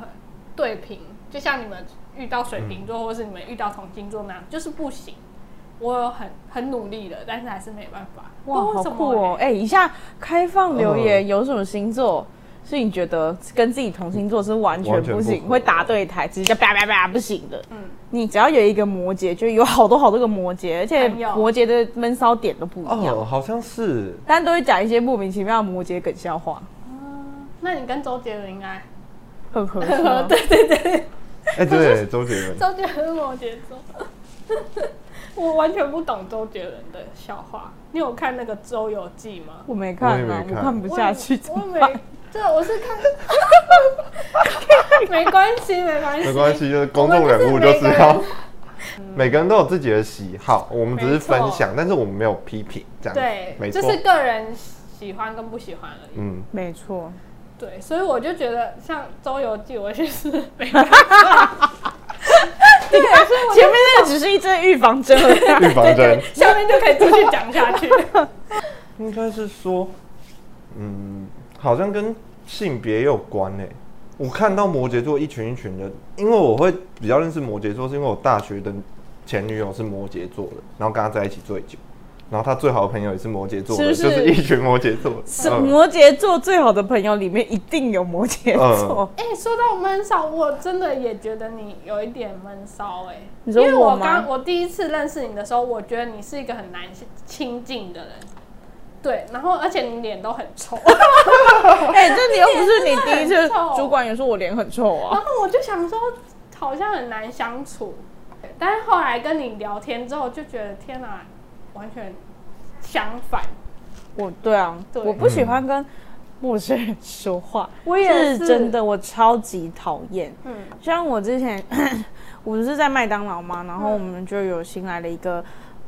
B: 对平，就像你们遇到水瓶座，或是你们遇到同星座那样，就是不行。我有很很努力了，但是还是没办法。
A: 哇，好
B: 不知道为什么
A: 酷哦！
B: 欸！
A: 哎、以下开放留言，
C: 嗯
A: 有什么星座是你觉得跟自己同星座是完全
C: 完全
A: 不行，
C: 不合
A: 会打对台，直接叭叭叭不行的？
B: 嗯
A: 你只要有一个摩羯，就有好多好多个摩羯，而且
B: 哎呦
A: 摩羯的闷骚点都不一样，
C: 哦，好像是
A: 但都会讲一些莫名其妙的摩羯梗笑话，
B: 那你跟周杰伦应该。
A: 很合适吗
B: *laughs* 对对对，
C: 哎、对，周杰伦。
B: 周杰伦摩羯座。 *laughs* 我完全不懂周杰伦的笑话。你有看那个《周游记》吗？
A: 我没看啊，
C: 我也
A: 我
C: 没看
A: 看不下去，怎
B: 我也
A: 么
B: 没
A: 办？，
B: 这我
A: *laughs*
B: 是看，没关系，没关系，
C: 没关。系，就是公众人物就是要， *laughs* 每个人都有自己的喜好，我们只是分享，但是我们没有批评，这样
B: 对，
C: 没
B: 就
C: 错，
B: 是个人喜欢跟不喜欢而已。
C: 嗯，
A: 没错，
B: 对，所以我就觉得像《周游记》，我就是 *laughs* 没办法。对，所以我
A: 前
B: 就
A: 面那个只是一针预防针而已。 *laughs*
C: 预防针
B: 下面就可以继续讲下去。
C: 应该是说，嗯，好像跟性别也有关诶、我看到摩羯座一群一群的，因为我会比较认识摩羯座，是因为我大学的前女友是摩羯座的，然后跟她在一起最久，然后她最好的朋友也是摩羯座的，
A: 是
C: 就
A: 不是
C: 是一群摩羯座的，嗯
A: 是摩羯座最好的朋友里面一定有摩羯座。
B: 哎、说到闷骚，我真的也觉得你有一点闷骚哎、
A: 你说
B: 因为
A: 我
B: 我
A: 吗
B: 刚我第一次认识你的时候，我觉得你是一个很难亲近的人。对，然后而且你脸都很臭， *laughs*
A: 哎、这你又不是你第一
B: 真
A: 次
B: 的很臭，
A: 主管也说我脸很臭
B: 然
A: 啊。
B: 后我就想说好像很难相处，但是后来跟你聊天之后，就觉得天哪、完全相反。
A: 我对啊，
B: 对
A: 我不喜欢跟陌生人说话，
B: *laughs* 我也是
A: 是真的，我超级讨厌。
B: 嗯
A: 像我之前，我不是在麦当劳嘛，然
B: 嗯
A: 后我们就有新来了一个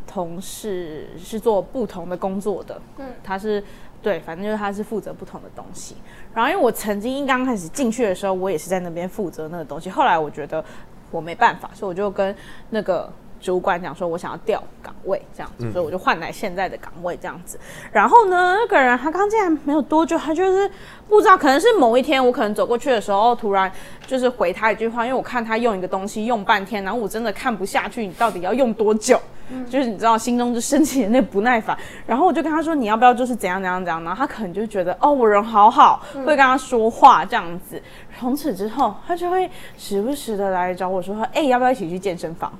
A: 同事，是做不同的工作的，
B: 嗯
A: 他是对，反正就是他是负责不同的东西。然后因为我曾经一刚开始进去的时候，我也是在那边负责那个东西。后来我觉得我没办法，所以我就跟那个主管讲说，我想要调岗位这样子，所以我就换来现在的岗位这样子。然后呢，那个人他刚进来没有多久，他就是不知道，可能是某一天我可能走过去的时候，突然就是回他一句话，因为我看他用一个东西用半天，然后我真的看不下去，你到底要用多久？就是你知道心中就升起的那不耐烦，然后我就跟他说你要不要就是怎样怎样怎样，然后他可能就觉得哦我人好好，会跟他说话这样子。从此之后，他就会时不时的来找我说，哎、要不要一起去健身房？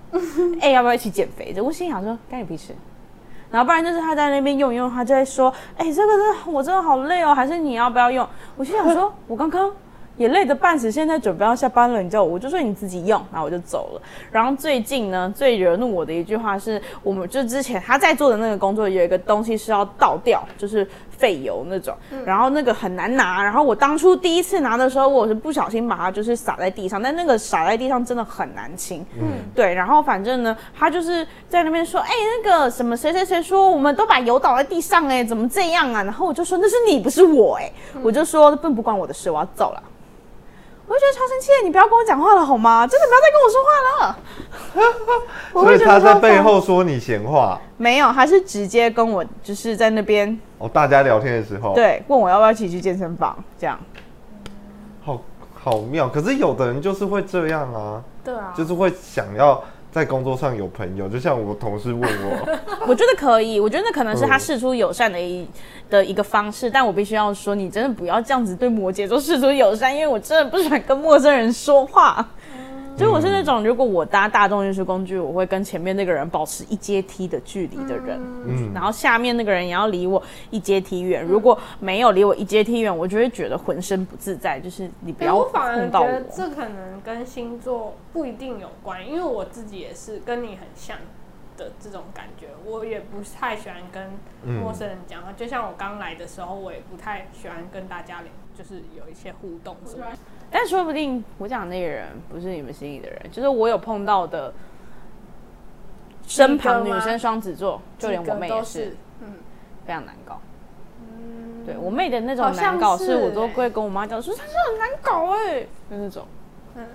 A: 哎、要不要一起减肥？我心想说干你屁事。然后不然就是他在那边用一用，他就会说：“哎、这个真的我真的好累哦，还是你要不要用？”我心想说，我刚刚也累得半死，现在准备要下班了，你知道，我就说你自己用，然后我就走了。然后最近呢，最惹怒我的一句话是，我们就之前他在做的那个工作有一个东西是要倒掉，就是废油那种，然后那个很难拿。然后我当初第一次拿的时候，我是不小心把它就是洒在地上，但那个洒在地上真的很难清。对，然后反正呢，他就是在那边说，哎、那个什么谁谁谁说我们都把油倒在地上、哎，怎么这样啊？然后我就说那是你，不是我、哎、
C: 嗯
A: 我就说并不关我的事，我要走了。我就觉得超生气的，你不要跟我讲话了好吗？真的不要再跟我说话了。
C: *laughs*
A: 我
C: 所
A: 会
C: 以
A: 觉
C: 他
A: 得
C: 在
A: 超
C: 背
A: 烦
C: 后说你闲话。
A: 没有，他是直接跟我就是在那边
C: 哦，大家聊天的时候，，
A: 对问我要不要一起去健身房这样。
C: 好好妙。可是有的人就是会这样啊，
B: 对啊，
C: 就是会想要在工作上有朋友，就像我同事问我，
A: 我觉得可以，我觉得那可能是他
C: 嗯
A: 试出友善的一的一个方式，但我必须要说，你真的不要这样子对摩羯座试出友善，因为我真的不喜欢跟陌生人说话。就是我是
C: 嗯
A: 那种，如果我搭大众运输工具，我会跟前面那个人保持一阶梯的距离的人，
C: 嗯
A: 然后下面那个人也要离我一阶梯远。如果没有离我一阶梯远，我就会觉得浑身不自在，就是你不
B: 哎
A: 要
B: 我反而
A: 碰到
B: 觉
A: 我。
B: 得这可能跟星座不一定有关，因为我自己也是跟你很像的这种感觉，我也不太喜欢跟
C: 嗯
B: 陌生人讲话。就像我刚来的时候，我也不太喜欢跟大家聊，就是有一些互动什么的。
A: 但说不定我讲的那个人不是你们心里的人，就是我有碰到的身旁
B: 几
A: 女
B: 个吗
A: 生双子座，就连我妹
B: 几个
A: 也
B: 都
A: 是
B: 是，嗯，
A: 非常难搞。对我妹的那
B: 好
A: 种
B: 像
A: 难搞，
B: 是
A: 是我都
B: 欸
A: 会跟我妈讲说，她是很难搞哎、就那种。嗯
B: 嗯，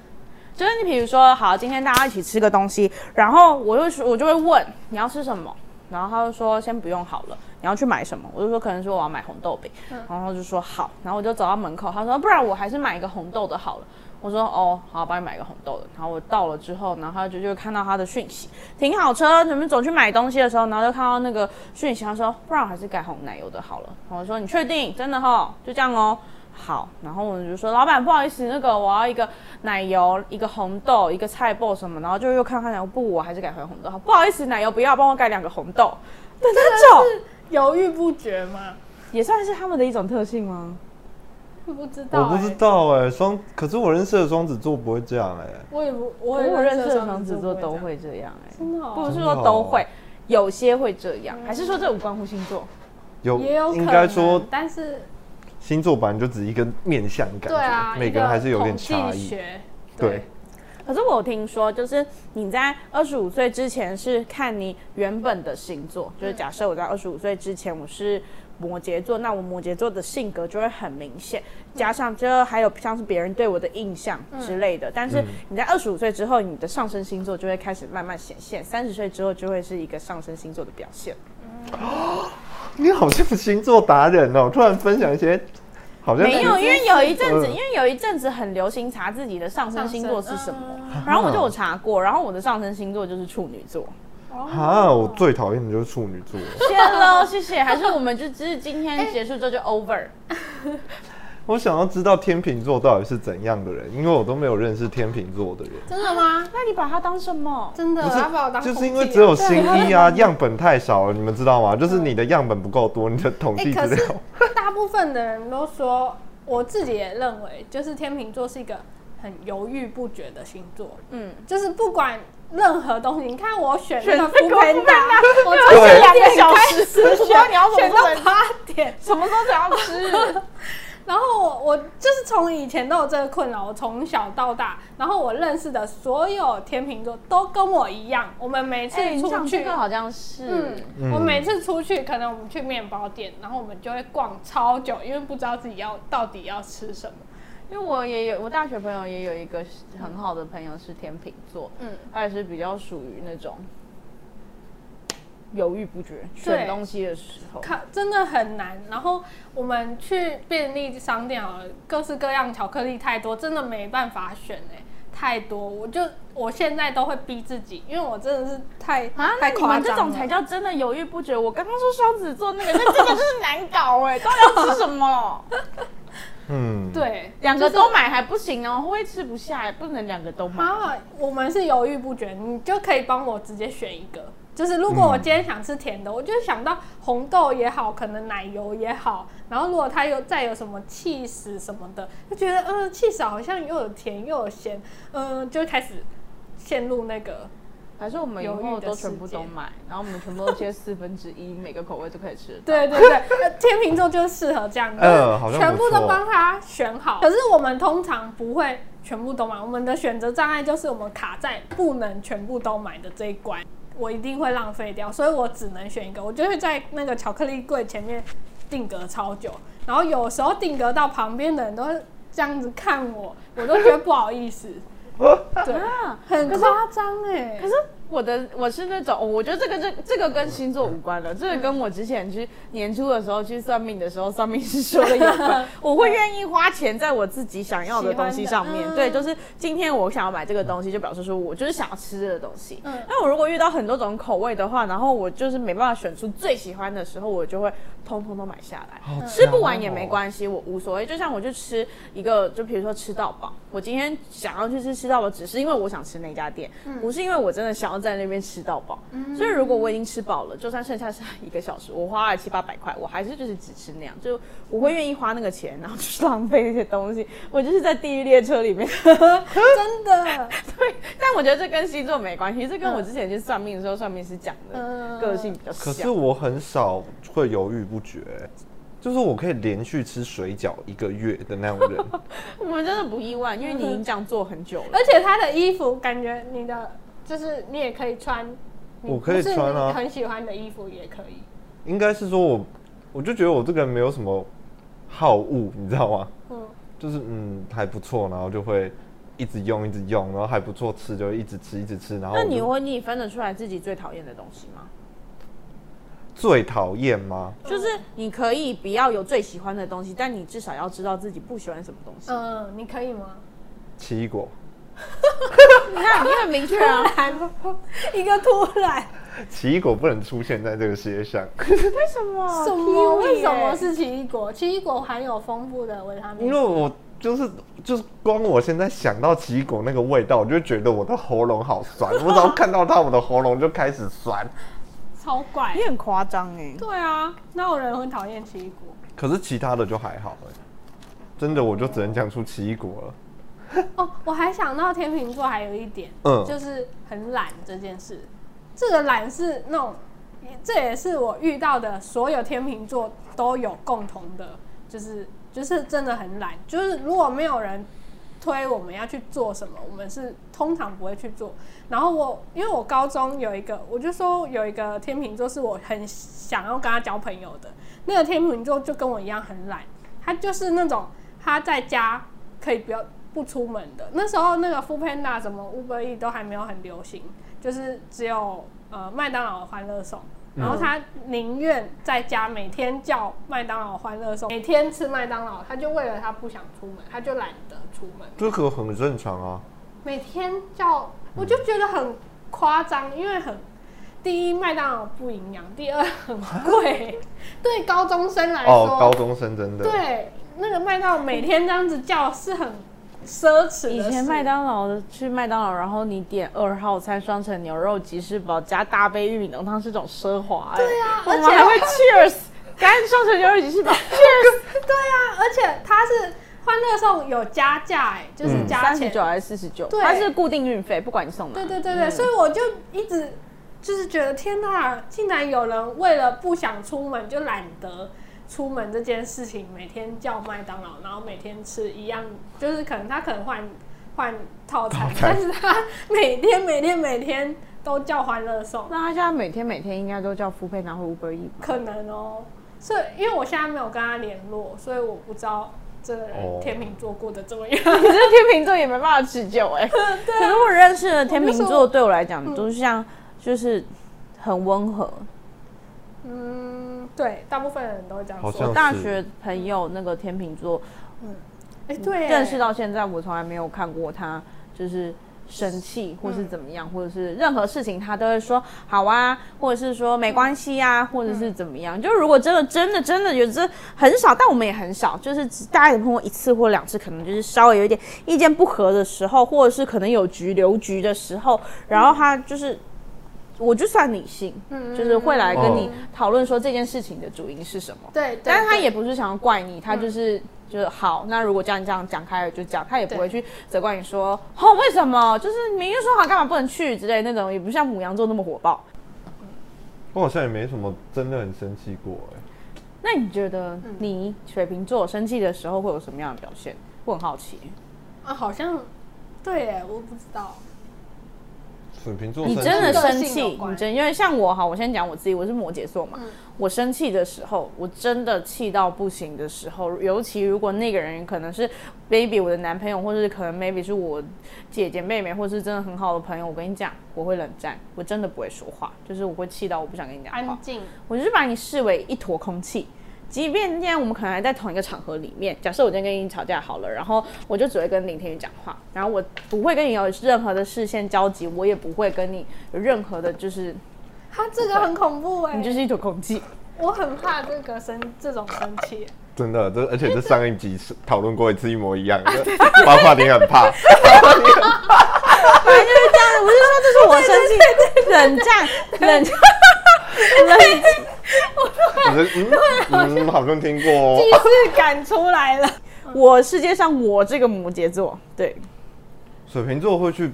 A: 就是你比如说，好，今天大家一起吃个东西，然后我就说，我就会问你要吃什么，然后她就说先不用好了，你要去买什么？我就说可能说我要买红豆饼，然后她就说好，然后我就走到门口，她说不然我还是买一个红豆的好了。我说哦，好，帮你买一个红豆的。然后我到了之后，然后她就就看到她的讯息，停好车，你们走去买东西的时候，然后就看到那个讯息，他说不然我还是改红奶油的好了。然后我说你确定？真的哈？就这样哦。好，然后我们就说老板不好意思，那个我要一个奶油，一个红豆，一个菜包什么，然后就又看看讲不，我还是改回红豆好，不好意思，奶油不要，帮我改两个红豆的那种，
B: 犹豫不决吗？
A: 也算是他们的一种特性吗？
B: 不知道、
C: 我
B: 欸，
C: 不知，道哎、双，可是我认识的双子座不会这样哎、
B: 我也不，
A: 我
B: 我也
A: 我认识的
B: 双
A: 双子座都
B: 会
A: 会这样、
B: 这样，真的哦、
A: 哎，不是
C: 真
A: 说
C: 的
A: 都
C: 哦
A: 会，有些会这样，还是说这无关乎星座？
C: 有
B: 也有可能
C: 应该说
B: 但是
C: 星座本来就只是一个面相感觉，
B: 对啊，
C: 每个人还是有点差
B: 一个统计
C: 异。
B: 学
C: 对，
A: 可是我有听说，就是你在二十五岁之前是看你原本的星座，就是假设我在二十五岁之前我是摩羯座，那我摩羯座的性格就会很明显，加上这还有像是别人对我的印象之类的。但是你在二十五岁之后，你的上升星座就会开始慢慢显现，三十岁之后就会是一个上升星座的表现。
C: 你好像星座达人哦，突然分享一些好像
A: 没有，因为有一阵子，
C: 嗯
A: 因为有一阵子很流行查自己的上升星座是什么，
B: 么？
A: 然后我就有查过，然后我的上升星座就是处女座。
C: 啊，我最讨厌的就是处女座了。
A: 先喽，谢谢。还是我们就只是今天结束之后就 over。
C: 我想要知道天秤座到底是怎样的人，因为我都没有认识天秤座的人。
B: 真的吗？
A: 那你把它当什么？
B: 真的，他把我当
C: 就是
B: 统
C: 因为
B: 计
C: 只有
B: 啊
C: 新
B: *laughs*
C: 一啊，样本太少了，你们知道吗？就是你的样本不够多，你的统
B: 哎、
C: 计资
B: 可
C: 料
B: 是。 *laughs* 大部分的人都说，我自己也认为，就是天秤座是一个很犹豫不决的星座。
A: 嗯
B: 嗯，就是不管任何东西，你看我选
A: 选
B: 那个
A: 这个
B: 福培 *laughs* 达，我从
C: 对
A: 两个小时，
B: 选
A: 选你要什
B: 选
A: 么
B: 到
A: 时候
B: 八点，
A: 什么时候才要吃？
B: 然后我我就是从以前都有这个困扰，我从小到大，然后我认识的所有天秤座都跟我一样，我们每次
A: 哎、你
B: 出
A: 讲
B: 去，啊
A: 这个好像是，
B: 嗯，
C: 嗯
B: 我每次出去，可能我们去面包店，然后我们就会逛超久，因为不知道自己要到底要吃什么。
A: 因为我也有我大学朋友也有一个是很好的朋友是天秤座，
B: 嗯，
A: 他也是比较属于那种犹豫不决，
B: 对
A: 选东西的时候，
B: 看真的很难。然后我们去便利商店好了，各式各样巧克力太多，真的没办法选哎、太多。我就我现在都会逼自己，因为我真的是太
A: 啊，那
B: 太
A: 你
B: 夸
A: 们这
B: 张
A: 种才
B: 了。
A: 叫真的犹豫不决。我刚刚说双子座那个，那这个就是难搞哎、到底要吃什么？
C: 嗯，
B: 对，
A: 两个都买还不行哦，会不会吃不下，不能两个都买。
B: 啊，我们是犹豫不决，你就可以帮我直接选一个。就是如果我今天想吃甜的，我就想到红豆也好，可能奶油也好，然后如果它有再有什么 cheese 什么的，就觉得嗯 cheese 好像又有甜又有咸，嗯，就开始陷入那个
A: 还是我们以
B: 犹
A: 后
B: 豫的
A: 都
B: 世
A: 全部都
B: 界
A: 买，然后我们全部都切四分之一，每个口味都可以吃。
B: *laughs* 对对对，呃天秤座就适合这样，
C: *laughs* 呃
B: 就
C: 好
B: 是
C: 像
B: 全部
C: 不
B: 都
C: 错
B: 帮他选好。可是我们通常不会全部都买，我们的选择障碍就是我们卡在不能全部都买的这一关，我一定会浪费掉，所以我只能选一个。我就会在那个巧克力柜前面定格超久，然后有时候定格到旁边的人都会这样子看我，我都觉得不好意
A: *laughs*
B: 思，对，
A: 啊，
B: 很
A: 可是
B: 夸张哎
A: 可。是我的我是那种，哦我觉得这个这这个跟星座无关了，
B: 嗯
A: 这个跟我之前去年初的时候去算命的时候，算命师说的有
B: *laughs*
A: 关。
B: 嗯
A: 我会愿意花钱在我自己想要的东西上
B: 喜
A: 面，
B: 欢的嗯
A: 对，就是今天我想要买这个东西，就表示说我就是想要吃这个东西。
B: 嗯
A: 那我如果遇到很多种口味的话，然后我就是没办法选出最喜欢的时候，我就会通通都买下来。
C: 好
A: 吃不
C: 强
A: 完也没
C: 哦
A: 关系，我无所谓。就像我去吃一个，就比如说吃到饱，我今天想要去吃吃到饱，只是因为我想吃那家店，不是因为我真的想要在那边吃到饱。所以如果我已经吃饱了，就算剩下是一个小时，我花了七八百块，我还是就是只吃那样，就我会愿意花那个钱，然后去浪费那些东西。我就是在地狱列车里面。
B: 真的，
A: 对，但我觉得这跟星座没关系，这跟我之前去算命的时候，算命师讲的
B: 嗯
A: 个性比较
C: 可是
A: 像。
C: 我很少会犹豫不决、就是我可以连续吃水饺一个月的那种
A: *laughs*
C: 人。
A: 我们真的不意外，因为你已经这样做很久了。
C: 哎
B: 而且他的衣服感觉你的就是你也可以穿，你
C: 我可以穿啊
B: 不是你很喜欢的衣服也可以。
C: 应该是说我，我就觉得我这个人没有什么好恶，你知道吗？
B: 嗯，
C: 就是嗯还不错，然后就会一直用一直用，然后还不错吃就一直吃一直吃，然后
A: 那
C: 我
A: 你
C: 就
A: 会你分得出来自己最讨厌的东西吗？
C: 最讨厌吗？
A: 就是你可以不要有最喜欢的东西，但你至少要知道自己不喜欢什么东西。
B: 嗯，你可以 *laughs* 吗？
C: 奇异果，
A: 你看， *laughs* 你很明确
B: *laughs*
A: 啊。
B: 一个突然，
C: 奇异果不能出现在这个世界上，
A: 为什么
B: 什么？为什么？是奇异果？奇异果含有丰富的维他
C: 因
B: 命
C: 为
B: C。
C: 我就是就是光我现在想到奇异果那个味道，我就觉得我的喉咙好酸， *laughs* 我只要看到它，我的喉咙就开始酸。
B: 超怪
A: 你。很夸张哎。
B: 对啊，那有人很讨厌奇异果。
C: 可是其他的就还好哎、真的我就只能讲出奇异果了。
B: 哦，我还想到天秤座还有一点，
C: 嗯
B: 就是很懒这件事。这个懒是那种，这也是我遇到的所有天秤座都有共同的，就是就是真的很懒。就是如果没有人推我们要去做什么，我们是通常不会去做。然后我因为我高中有一个，我就说有一个天秤座是我很想要跟他交朋友的，那个天秤座就跟我一样很懒，他就是那种他在家可以不要不出门的。那时候那个 Food Panda 什么 Uber E 都还没有很流行，就是只有呃麦当劳的欢乐颂。
C: 嗯
B: 然后他宁愿在家每天叫麦当劳欢乐颂，每天吃麦当劳，他就为了他不想出门，他就懒得出门。
C: 这个很正常啊，
B: 每天叫，我就觉得很夸张，因为很第一麦当劳不营养，第二很贵， *laughs* 对高中生来说，
C: 哦，高中生真的，
B: 对那个麦当劳每天这样子叫是很奢侈的
A: 以
B: 事
A: 前麦当劳的去麦当劳，然后你点二号餐双层牛肉吉士堡加大杯玉米浓汤是种奢华哎。对
B: 啊
A: 我
B: 而
A: 们
B: 且 *laughs*
A: 还会 cheers，干双层牛肉吉士堡 cheers。
B: *laughs* 对啊，而且它是欢乐颂有加价哎、就是 *laughs*
C: 嗯
B: 加
A: 三
B: 钱
A: 十，九还是四十九？
B: 对
A: 它是固定运费，不管你送哪。
B: 对对对对，所以我就一直就是觉得天呐，竟然有人为了不想出门就懒得出门这件事情，每天叫麦当劳，然后每天吃一样，就是可能他可能换换套餐，
C: 餐
B: 但是他每天每天每天都叫欢乐颂，
A: 那他现在每天每天应该都叫付佩拿回 Uber E 吧？
B: 可能哦，是因为我现在没有跟他联络，所以我不知道这个人
C: 哦
B: 天秤座过得怎么样。
A: *laughs* 可是天秤座也没办法持久
B: *laughs*
A: 哎、可是我认识的天秤
B: 啊我就说
A: 座对我来讲，都像就是很温和。
B: 嗯，对，大部分人都会这样
C: 好
B: 说
C: 像。
A: 大学朋友那个天秤座，
B: 哎、对耶，
A: 认识到现在，我从来没有看过他就是生气，或是怎么样，或者是任何事情他都会说好啊，或者是说没关系啊，或者是怎么样。就如果真的真的真的有这很少，但我们也很少，就是只大家也碰过一次或两次，可能就是稍微有一点意见不合的时候，或者是可能有局留局的时候，然后他就是。我就算理性，
B: 嗯
A: 就是会来跟你
C: 哦
A: 讨论说这件事情的主因是什么。
B: 对，对
A: 但是他
B: 对嗯
A: 也不是想要怪你，他就是、就是好。那如果这样这样讲开了就讲，他也不会去责怪你说
B: 嗯
A: 哦为什么，就是明明说好干嘛不能去之类的那种，也不像母羊座那么火爆。
C: 我好像也没什么真的很生气过哎、
A: 那你觉得
B: 嗯
A: 你水瓶座生气的时候会有什么样的表现？我很好奇，
B: 啊，好像对耶，我不知道。
C: 水瓶座
A: 你
C: 生
A: 真的
C: 气
B: 跟个
A: 生
B: 性有
A: 气，
B: 关嗯
A: 你真因为像我哈，我先讲我自己，我是摩羯座嘛，我生气的时候，我真的气到不行的时候，尤其如果那个人可能是 maybe 我的男朋友，或者是可能 maybe 是我姐姐妹妹，或是真的很好的朋友，我跟你讲，我会冷战，我真的不会说话，就是我会气到我不想跟你讲话
B: 安，静，
A: 我就是把你视为一坨空气。即便今天我们可能还在同一个场合里面，假设我今天跟你吵架好了，然后我就只会跟林天宇讲话，然后我不会跟你有任何的视线交集，我也不会跟你有任何的，就是
B: 他这个很恐怖哎、
A: 你就是一坨空 *laughs* 气。
B: 我很怕这个生这种生气耶，
C: 真的，这而且这上一集是讨论过一次一模一样的，八卦你很怕， *laughs*
A: 本来就是这样的，我是说这是我生气，冷战，冷 *laughs* 战，冷
C: 我觉得嗯嗯好像听过哦，
A: 是赶出来了。我世界上我这个摩羯座，对，
C: 水瓶座会去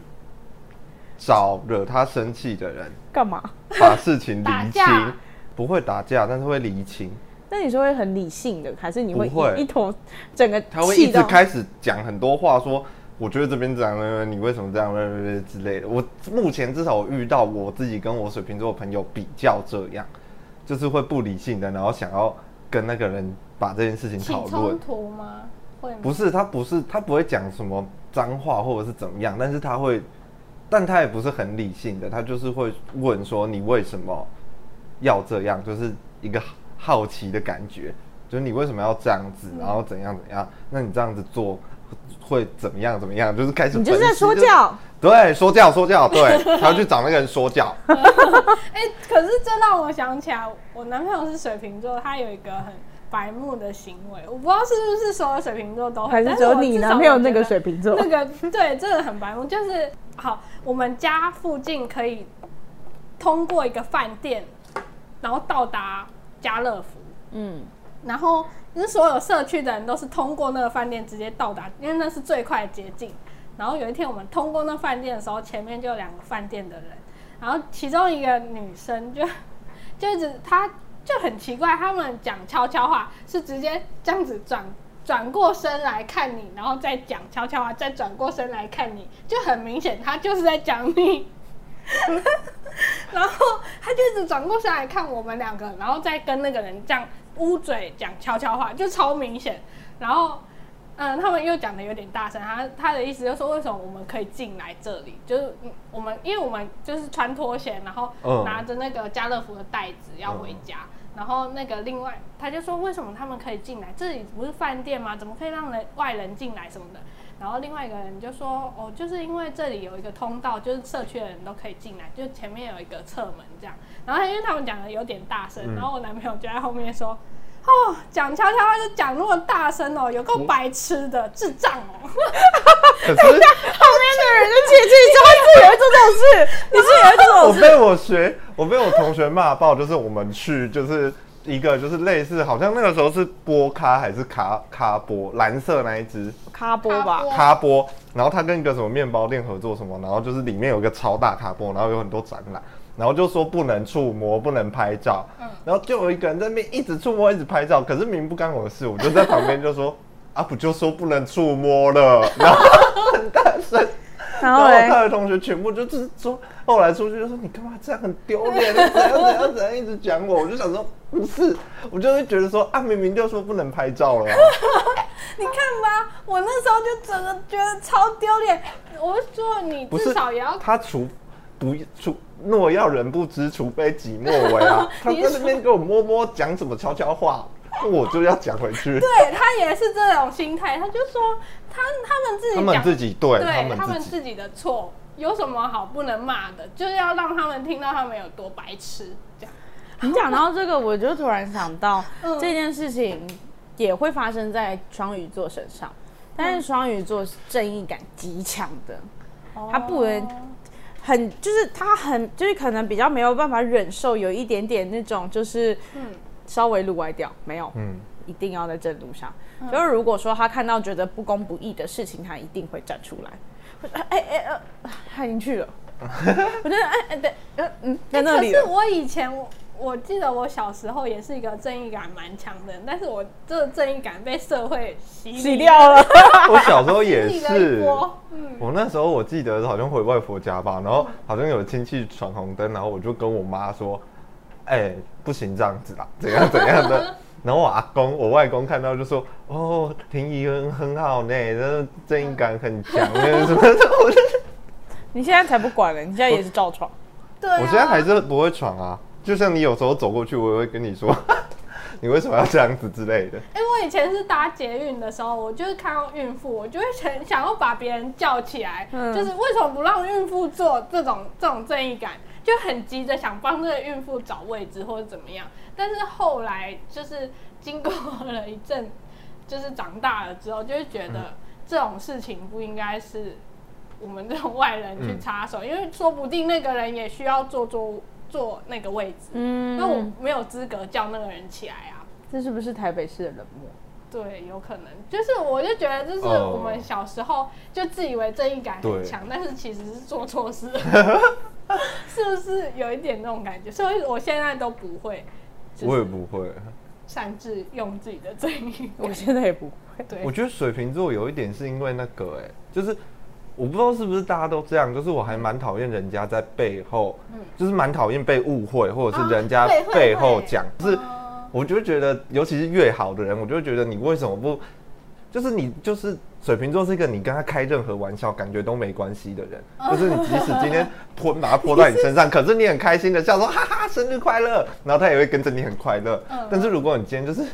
C: 找惹他生气的人，
A: 干嘛？
C: 把事情
B: 打
C: 厘
B: 架
C: 清，不会打架，但是会厘清。
A: 那你是会很理性的，还是你会
C: 不会
A: 一一坨整个
C: 他会一
A: 气
C: 直
A: 到？
C: 开始讲很多话，说我觉得这边这样，呃你为什么这样呃呃之类的。我目前至少我遇到我自己跟我水瓶座的朋友比较这样，就是会不理性的，然后想要跟那个人把这件事情
B: 起
C: 讨
B: 冲
C: 论。
B: 突吗？会吗？
C: 不是他不是他不会讲什么脏话或者是怎么样，但是他会，但他也不是很理性的，他就是会问说你为什么要这样，就是一个好奇的感觉，就是你为什么要这样子，
A: 嗯
C: 然后怎样怎样，那你这样子做会怎么样怎么样，就是开
A: *laughs*
C: 始
A: 你就是
C: 分
A: 在
C: 析
A: 说，教。
B: 哦
C: 对，说教说
A: *laughs*
C: 教，对，他要去找那个人说教，
B: 哎、可是这让我想起来，我男朋友是水瓶座，他有一个很白目的行为，我不知道是不是所有水瓶座都会，
A: 还是
B: 但
A: 只有
B: 我
A: 你
B: 至少
A: 男朋友
B: 我觉
A: 那个
B: 得
A: 水瓶 *laughs* 座
B: 那？个对，真的很白目。就是好，我们家附近可以通过一个饭店，然后到达家乐福。
A: 嗯，
B: 然后就是所有社区的人都是通过那个饭店直接到达，因为那是最快捷径。然后有一天我们通过那饭店的时候，前面就有两个饭店的人，然后其中一个女生就就一直她就很奇怪，他们讲悄悄话是直接这样子转转过身来看你，然后再讲悄悄话，再转过身来看你，就很明显她就是在讲你。 *laughs* 然后他就一直转过身来看我们两个，然后再跟那个人这样捂嘴讲悄悄话，就超明显。然后，嗯，他们又讲的有点大声，他他的意思就是说，为什么我们可以进来这里？就是嗯我们，因为我们就是穿拖鞋，然后
C: 嗯
B: 拿着那个家乐福的袋子要回家。然后那个另外，他就说为什么他们可以进来？这里不是饭店吗？怎么可以让人外人进来什么的？然后另外一个人就说：“哦，就是因为这里有一个通道，就是社区的人都可以进来，就前面有一个侧门这样。”然后因为他们讲的有点大声，
C: 嗯
B: 然后我男朋友就在后面说：“哦，讲悄悄话就讲那么大声哦，有够白痴的，智障哦！” *laughs*
C: 可是
A: 旁边的人就窃窃私语，也会做这种
B: *laughs*
A: 事？你是也会做这 *laughs*
C: 我
A: 种事？
C: 被我学，我被我同学骂爆，就是我们去就是一个就是类似，好像那个时候是波咖还是卡卡波蓝色那一只
A: 咖波吧，
C: 咖波，然后他跟一个什么面包店合作什么，然后就是里面有一个超大卡波，然后有很多展览，然后就说不能触摸，不能拍照，然后就有一个人在那边一直触摸，一直拍照，可是明不干我的事，我就在旁边就说啊，不就说不能触摸了，然后很大声，
D: 然
C: 然
D: 后
C: 后我
D: 嘞
C: 看，的同学全部就是说，后来出去就说你干嘛这样很丢脸，你怎样怎样怎样一直讲我，我就想说不是，我就会觉得说啊，明明就说不能拍照了啊、
B: 你看吧，我那时候就整个觉得超丢脸。我就说你
C: 不
B: 至
C: 是
B: 少也 *laughs* 要
C: 啊他除不除若要人不知，除非己莫为啊！他
B: 你
C: 在那边给我摸摸讲什么悄悄话，我就要讲回去。
B: 对他也是这种心态，他就说他他们自己
C: 他
B: 讲
C: 们自己对，
B: 对
C: 他
B: 们
C: 们自己
B: 自己的错，有什么好不能骂的？就是要让他们听到他们有多白痴，这样
A: 你讲到这个，我就突然想到、
B: *laughs* 嗯
A: 这件事情也会发生在双鱼座身上，
B: 嗯
A: 但是双鱼座是正义感极强的，
B: 哦
A: 他不能很就是他很就是可能比较没有办法忍受有一点点那种就是
B: 嗯
A: 稍微撸歪掉，没有，
C: 嗯，
A: 一定要在正路上。
B: 嗯
A: 就是如果说他看到觉得不公不义的事情，他一定会站出来。会说哎哎呃，他已经去了，我觉得哎哎对，呃嗯，在那里
B: 可是
A: 了。
B: 我以前我我记得我小时候也是一个正义感蛮强的人，但是我这个正义感被社会洗
A: 洗
B: 洗
A: 掉了，
C: 我小时候
B: *laughs*
C: 也
B: 洗了一
C: 是。
B: 波。嗯，
C: 我那时候我记得好像回外婆家吧，然后好像有亲戚闯红灯，然后我就跟我妈说：“哎、不行这样子啦，怎样怎样的。” *laughs* 然后我阿公、我外公看到就说：“哦，婷宜很很好呢，这正义感很强，什么的。”我就
A: 你现在才不管了，你现在也是照闯。
B: 对、啊，
C: 我现在还是不会闯啊， *laughs* 就像你有时候走过去，我也会跟你说，你为什么要这样子之类的。
B: 因为我以前是搭捷运的时候，我就是看到孕妇，我就会想想要把别人叫起来，就是为什么不让孕妇坐？这种这种正义感，就很急着想帮这个孕妇找位置或者怎么样。但是后来就是经过了一阵，就是长大了之后，就会觉得这种事情不应该是我们这种外人去插手，因为说不定那个人也需要坐坐坐那个位置，
A: 嗯，
B: 那我没有资格叫那个人起来啊。
A: 这是不是台北市的冷漠？
B: 对，有可能，就是我就觉得，就是
C: 哦
B: 我们小时候就自以为正义感很
C: 对
B: 强，但是其实是做错事， *laughs* 是不是有一点那种感觉？所以我现在都不会，
C: 我
B: 就是
C: 也不会。
B: 擅自用自己的正义
A: *laughs* 我
B: 感。
A: 现在也不会。
B: 对
C: 我，觉得水瓶座有一点是因为那个、哎，就是我不知道是不是大家都这样，就是我还蛮讨厌人家在背后，就是蛮讨厌被误会，或者
B: 嗯啊
C: 是人家
B: 对会欸
C: 背后
B: 会
C: 讲，就是
B: 嗯
C: 我就会觉得，尤其是越好的人，我就会觉得你为什么不，就是你就是水瓶座是一个你跟他开任何玩笑感觉都没关系的人，
B: 嗯
C: 就是你即使今天泼把它泼到你身上，可是你很开心的笑说哈哈生日快乐，然后他也会跟着你很快乐
B: 嗯。
C: 但是如果你今天就是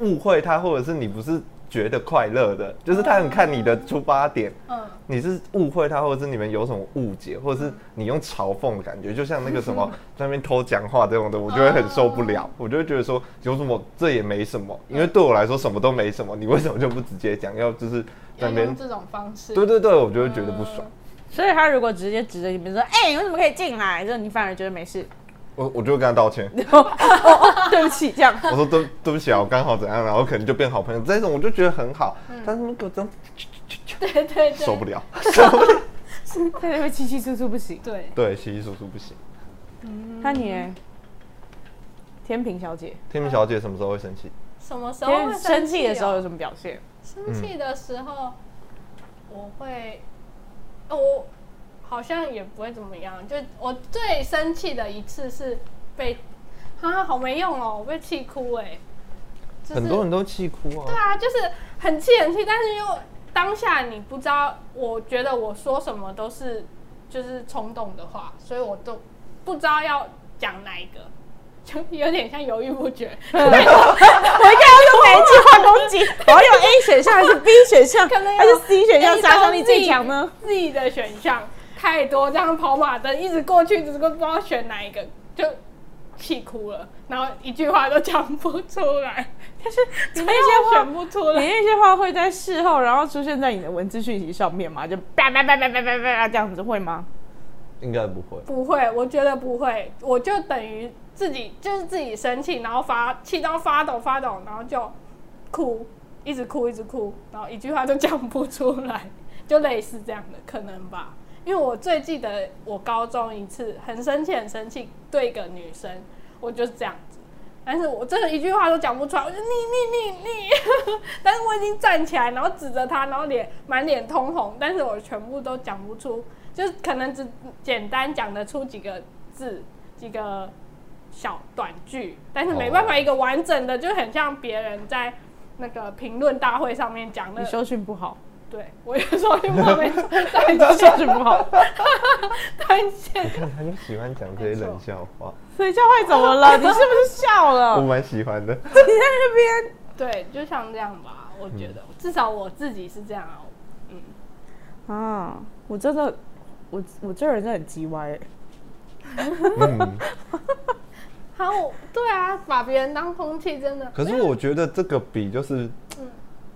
C: 误会他，或者是你不是觉得快乐的，就是他很看你的出发点。
B: 嗯，
C: 你是误会他，或者是你们有什么误解，或者是你用嘲讽的感觉，就像那个什么在那边偷讲话这种的，我就会很受不了。我就会觉得说，有什么这也没什么，因为对我来说什么都没什么，你为什么就不直接讲，要就是在
B: 要
C: 那
B: 用
C: 边？
B: 这种方式，
C: 对对对，我就会觉得不爽，
A: 所以他如果直接指着你们说：“哎、你为什么可以进来？”就你反而觉得没 *laughs* 事。
C: 我我就会跟他道歉，
A: 对不起，这样。
C: 我说对对不起啊，我刚好怎样，然后可能就变好朋友，这种我就觉得很好。但是那个真
B: 对对对，
C: 受不了，受不了。
A: *laughs* 在那边稀稀疏疏不行。
B: 对，
C: 对，稀稀疏疏不行。
A: 那你呢，天平小姐，
C: 天明小姐什么时候会生气？
B: 什么时候
A: 天
B: 会
A: 平生气的时候
B: 哦
A: 有什么表 *laughs* 现？
B: 生气的时候，我会，呃我好像也不会怎么样。就我最生气的一次是被，啊，好没用哦，我被气哭哎、就是
C: 很多人都气哭
B: 对
C: 啊。
B: 啊，就是很气很气，但是又当下你不知道，我觉得我说什么都是就是冲动的话，所以我都不知道要讲哪一个，就有点像犹豫不决。
A: 我应该要用哪一句话攻击？ *laughs* 我要用 A 选项还是 B 选 *laughs* 项，
B: 可能有
A: 还是 C 选项
B: A 到
A: 杀伤力最强呢？
B: 自己的选项太多，这样跑马灯一直过去，只是不知道选哪一个，就气哭了，然后一句话都讲不出来，
A: *laughs*
B: 就是你
A: 那
B: 那
A: 些话
B: 选不出
A: 啊你
B: 来。
A: 那些话会在事后，然后出现在你的文字讯息上面吗？就叭叭叭叭叭叭叭这样子会吗？
C: 应该不会。
B: 不会，我觉得不会，我就等于自己就是自己生气，然后发气到发抖发抖，然后就哭，一 *laughs* 直哭一直哭，然后一句话都讲不出来，就类似这样的可能吧。因为我最记得我高中一次很生气，很生气，对一个女生，我就是这样子。但是我真的一句话都讲不出来，我就你你你你， *laughs* 但是我已经站起来，然后指着她，然后脸满脸通红，但是我全部都讲不出，就是可能只简单讲得出几个字，几个小短句，但是没办法一个完整的，就很像别人在那个评论大会上面讲的
A: 你，收讯不好，
B: 对我也说你们没错，但
A: 收讯不好，
B: 但现
C: 看嗯他就喜欢讲这些冷笑话，
A: 所以教会怎么了？你是不是笑了？
C: 我
A: 你
C: 蛮喜
A: *laughs*
C: 欢的。
A: 在那边，
B: 对，就像这样吧，我觉得、至少我自己是这样啊，嗯，
A: 啊，我真的，我我这人真的很鸡歪、欸，
C: 嗯，
B: 还有对啊，把别人当空气真的，
C: 可是我觉得这个比就是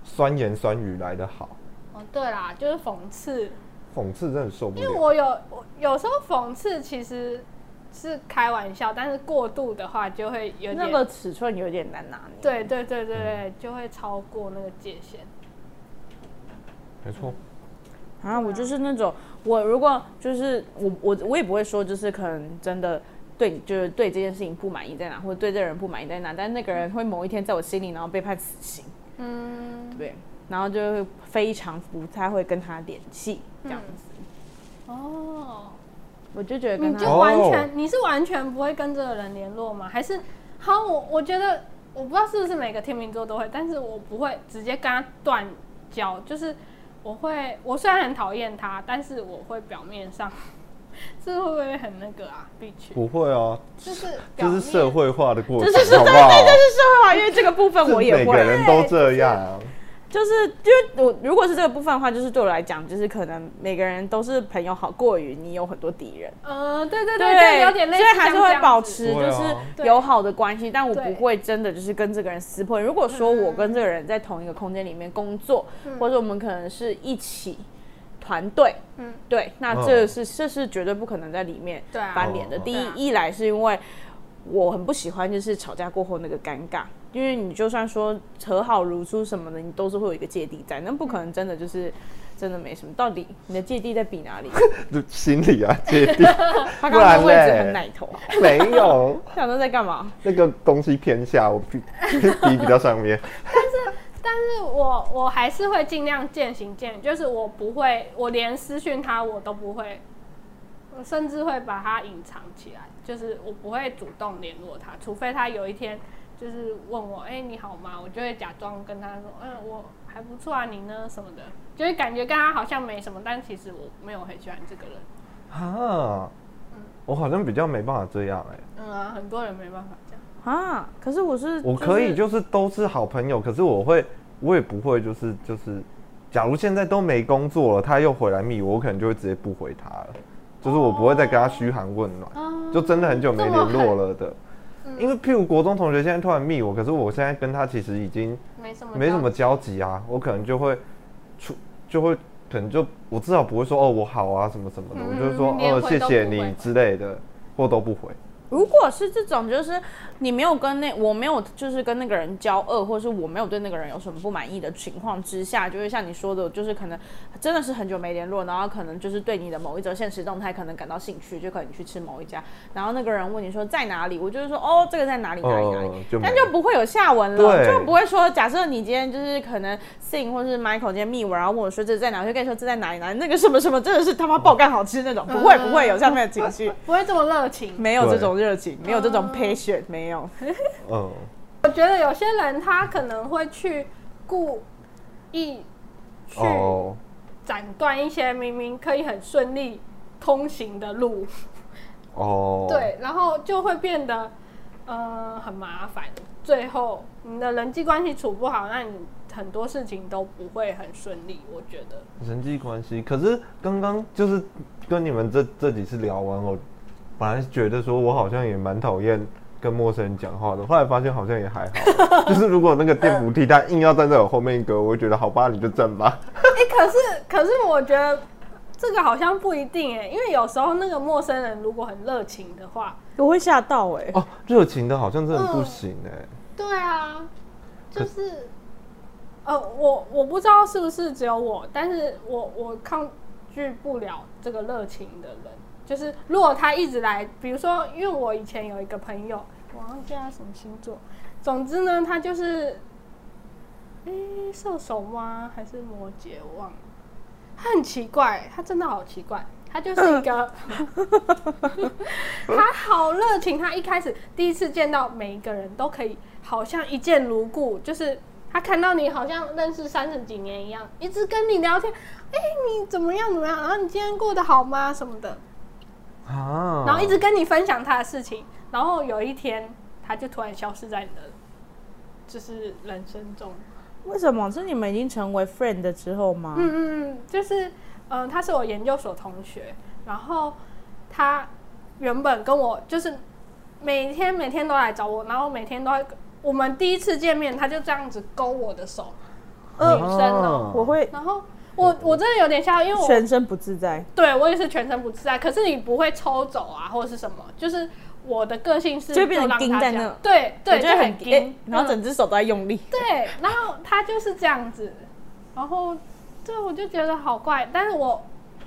C: 酸言酸语来的好，
B: 哦对啦，就是讽刺，
C: 讽刺真的受不
B: 因为
C: 了。
B: 我有我有时候讽刺其实是开玩笑，但是过度的话就会有点，
A: 那个尺寸有点难拿捏。
B: 对对对对对，就会超过那个界限，
C: 没错，
A: 啊，我就是那种，我如果就是我我我也不会说，就是可能真的对就是对这件事情不满意在哪，或者对这个人不满意在哪，但那个人会某一天在我心里，然后被判死刑，
B: 嗯，
A: 对，然后就会非常不太会跟他联系这样子，
B: 哦。
A: 我就觉得跟
B: 你
A: 他
B: 就
C: 哦
B: 完全、你是完全不会跟这个人联络吗？还是好我我觉得我不知道是不是每个天秤座都会，但是我不会直接跟他断交，就是我会我虽然很讨厌他，但是我会表面上， *laughs* 这会不会很那个啊？必须
C: 不会哦，
B: 就是表
C: 这
B: 面
C: 是社会化的过程，
A: 这是
C: 好不好？
A: 是社会化，因为这个部分我
C: 是每
A: 也
C: 个
A: 会，
C: 人都这样啊。
A: 就是因为我如果是这个部分的话，就是对我来讲，就是可能每个人都是朋友好过于你有很多敌人。
B: 呃对对对，就有点类似
A: 所以还是
B: 像这
A: 会
B: 样
A: 保
B: 子
A: 持就
C: 对啊
A: 是
B: 对
A: 友好的关系，但我不
B: 对嗯
A: 会真的就是跟这个人撕破脸。如果说我跟这个人在同一个空间里面工作，或者我们可能是一起团队，
B: 嗯
A: 对，那
C: 嗯
A: 这是、这是绝对不可能在里面
B: 对啊
A: 翻脸的。
C: 哦
A: 第一
B: 对啊，
A: 一来是因为我很不喜欢就是吵架过后那个尴尬。因为你就算说和好如初什么的，你都是会有一个芥蒂在，那不
B: 嗯
A: 可能真的就是真的没什么。到底你的芥蒂在比
C: *laughs*
A: 哪里？
C: 就心理啊，芥
A: *laughs*
C: 蒂
A: 他刚刚的
C: 不
A: 位
C: 然
A: 置
C: 嘞
A: 很奶头，啊
C: 没有
A: 想说在干嘛？
C: 那个东西偏下，我比比比较上面。
B: 但是我我还是会尽量渐行渐远，就是我不会，我连私讯他我都不会，我甚至会把他隐藏起来，就是我不会主动联络他，除非他有一天就是问我，哎、你好吗？我就会假装跟他说，嗯，我还不错啊，你呢？什么的，就会感觉跟他好像没什么，但其实我没有很喜欢这个人。
C: 啊，我好像比较没办法这样哎、
B: 嗯啊，很多人没办法这样。
A: 啊，可是我是、
C: *laughs* 我可以
A: 就
C: 就是都是好朋友，可是我会我也不会就是就是，假如现在都没工作了，他又回来密我，我可能就会直接不回他了，就是我不会再跟他嘘寒问暖，
B: 哦
C: 就真的很久没联络了的。因为譬如国中同学现在突然密我，可是我现在跟他其实已经
B: 没什么，
C: 没什么。交集啊，我可能就会出就会可能就我至少不会说哦我好啊什么什么的，
B: 嗯
C: 我就说
B: 连
C: 哦
B: 回
C: 谢
B: 都
C: 谢
B: 不
C: 你
B: 回
C: 之类的，或都不回。
A: 如果是这种，就是你没有跟那我没有就是跟那个人交恶，或者是我没有对那个人有什么不满意的情况之下，就是像你说的，就是可能真的是很久没联络，然后可能就是对你的某一则现实动态可能感到兴趣，就可能你去吃某一家，然后那个人问你说在哪里，我就是说哦这个在哪里哪里哪里，
C: 哦就没
A: 但
C: 了
A: 就不会有下文了，
C: 对
A: 就不会说假设你今天就是可能 Sing 或是 Michael 今天密我，然后问我说这在哪，我就跟你说这在哪里哪里，那个什么什么真的是他妈爆干好吃那种，
C: 嗯
A: 不会不会有下面的情
C: *laughs*
A: 绪。
B: 不会这么热情，
A: 没有这
C: 对
A: 种热情，没有这种 patient，没有。
C: 嗯，
B: 我觉得有些人他可能会去故意去
C: 哦，
B: 斩断一些明明可以很顺利通行的路，
C: 哦，
B: 对，然后就会变得呃很麻烦。最后你的人际关系处不好，那你很多事情都不会很顺利。我觉得，
C: 人际关系。可是刚刚就是跟你们这这几次聊完，我本来觉得说我好像也蛮讨厌跟陌生人讲话的，后来发现好像也还
B: *laughs*
C: 好。就是如果那个电扶梯他硬要站在我后面一格，我会觉得好吧，你就站吧。
B: 哎、可是可是我觉得这个好像不一定哎、因为有时候那个陌生人如果很热情的话，
A: 我会吓到哎、
B: 嗯
C: 哦，热情的好像真的不行哎、
B: 对啊，就
C: 可
B: 是，呃，我我不知道是不是只有我，但是我我看拒不了这个热情的人。就是如果他一直来，比如说，因为我以前有一个朋友，我忘记他什么星座，总之呢，他就是，诶、射手吗？还是摩羯？我忘了。他很奇怪，他真的好奇怪，他就是一 *laughs* 个，他好热情。他一开始第一次见到每一个人都可以，好像一见如故，就是他看到你好像认识三十几年一样，一直跟你聊天。哎、你怎么样怎么样？然后你今天过得好吗？什么的，
C: 啊
B: 嗯然后一直跟你分享他的事情。然后有一天，他就突然消失在你的就是人生中。
A: 为什么？是你们已经成为 friend 了之后吗？
B: 嗯嗯，就是嗯、呃他是我研究所同学，然后他原本跟我就是每天每天都来找我，然后每天都会，我们第一次见面他就这样子勾我的手，
A: 嗯
B: 女生哦
A: 我会
B: 然后我我真的有点吓，因为我
A: 全身不自在。
B: 对我也是全身不自在，可是你不会抽走啊或者是什么，就是我的个性是
A: 就变成
B: 让
A: 钉
B: 大
A: 在
B: 家
A: 那
B: 对对，
A: 我
B: 就
A: 觉得
B: 很
A: 欸
B: 硬，
A: 然后
B: 嗯
A: 整只手都在用力。
B: 对，然后他就是这样子，然后对我就觉得好怪，但是我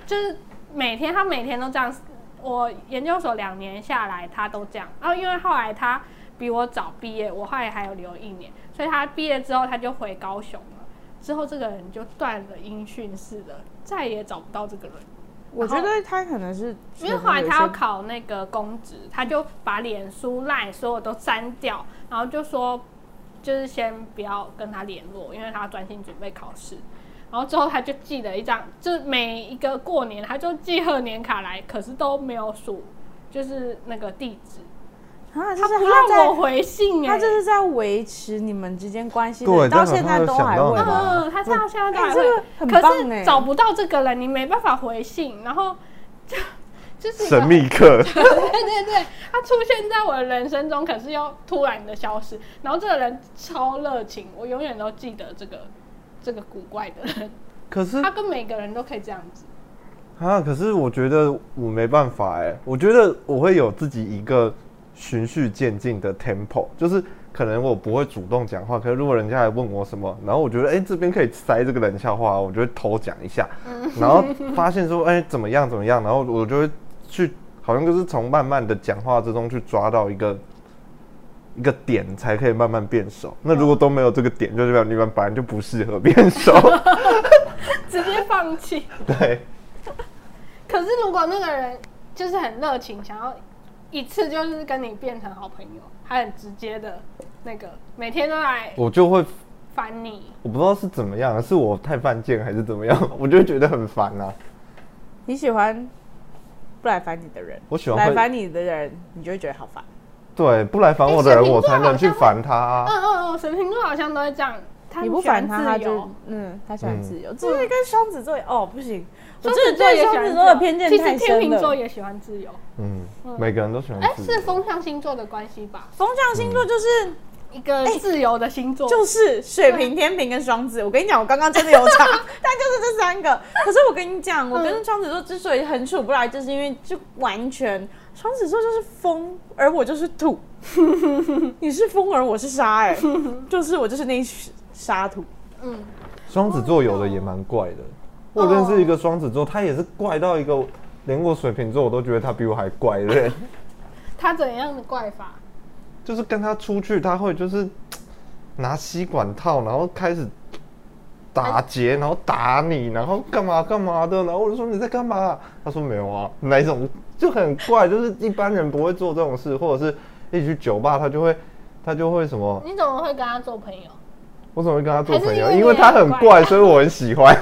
B: 就是每天他每天都这样，我研究所两年下来他都这样，然后因为后来他比我早毕业，我后来还有留一年，所以他毕业之后他就回高雄了，之后这个人就断了音讯似的，再也找不到这个人。
A: 我觉得他可能是
B: 因为后来他要考那个公职，他就把脸书、赖所有都删掉，然后就说就是先不要跟他联络，因为他要专心准备考试。然后之后他就寄了一张，就是每一个过年他就寄贺年卡来，可是都没有署，就是那个地址，
A: 啊，就
B: 他
A: 是
B: 不
A: 他
B: 让
A: 在
B: 我回信哎、
A: 他这是在维持你们之间关系的，
C: 对
A: 到
C: 这
A: 现
C: 样
A: 在
C: 很
A: 都
C: 好
A: 还
C: 想到
A: 会
C: 了
A: 吗。
B: 嗯，他这样现在
A: 哎
B: 还
A: 这
B: 会
A: 个，很
B: 可
A: 棒哎
B: 是找不到这个人，你没办法回信，然后就 *laughs* 就是一个
C: 神秘
B: *laughs*
C: 客，
B: 对对对，他出现在我的人生中，可是又突然的消失。然后这个人超热情，我永远都记得这个这个古怪的人，
C: 可是
B: 他跟每个人都可以这样子。
C: 啊，可是我觉得我没办法哎、我觉得我会有自己一个循序渐进的 tempo，就是可能我不会主动讲话，可是如果人家来问我什么，然后我觉得哎、这边可以塞这个冷笑话，我就会偷讲一下，然后发现说哎、怎么样怎么样，然后我就会去好像就是从慢慢的讲话之中去抓到一个。一个点才可以慢慢变熟。那如果都没有这个点，就代表你们本来就不适合变熟。
B: 直接放弃。
C: 对，
B: 可是如果那个人就是很热情，想要一次就是跟你变成好朋友，他很直接的那个，每天都来
C: 我就会
B: 烦你。
C: 我不知道是怎么样，是我太犯贱还是怎么样， *laughs* 我就觉得很烦啊。
A: 你喜欢不来烦你的人，
C: 我喜欢
A: 来
C: 会
A: 烦你的人，你就会觉得好烦。
C: 对，不来烦我的
B: 哎水
C: 人，
B: 瓶
C: 我
B: 座
C: 才能去
B: 好像会
C: 烦他、啊。
B: 嗯嗯嗯，水瓶座好像都会这样，他
A: 你不
B: 喜
A: 烦
B: 欢
A: 他，
B: 自
A: 他
B: 由
A: 就嗯，他喜欢自由。这是跟双子座也哦不行，我
B: 双
A: 真
B: 子
A: 的
B: 座
A: 对
B: 也喜
A: 双
B: 欢
A: 子
B: 自
A: 座的
B: 由
A: 偏见
B: 其
A: 太
B: 实天
A: 深
B: 秤座
A: 了。
B: 也喜欢自由。
C: 嗯，每个人都喜欢
B: 哎，
C: 自
B: 是
C: 由。
B: 风象星座的关系吧？
A: 风象星座就是
B: 一个自由的星座，
A: 哎就是水瓶、天平跟双子。我跟你讲，我刚刚真的有查，但就是这三个。可是我跟你讲，我跟双子座之所以很处不来，就是因为就完全双子座就是风，而我就是土。你是风，而我是沙、哎，就是我就是那一群沙土。
B: 嗯，
C: 双子座有的也蛮怪的，
B: 哦
C: 我认识一个双子座，他也是怪到一个，连我水瓶座我都觉得他比我还怪的人。
B: 他怎样的怪法？
C: 就是跟他出去，他会就是拿吸管套，然后开始打结，然后打你，然后干嘛干嘛的，然后我就说你在干嘛？他说没有啊，哪一种就很怪，就是一般人不会做这种事，或者是一起去酒吧，他就会他就会什么？
B: 你怎么会跟他做朋友？
C: 我怎么会跟他做朋友？
B: 还是因为
C: 因为他很
B: 你也很
C: 怪，所以我很喜欢。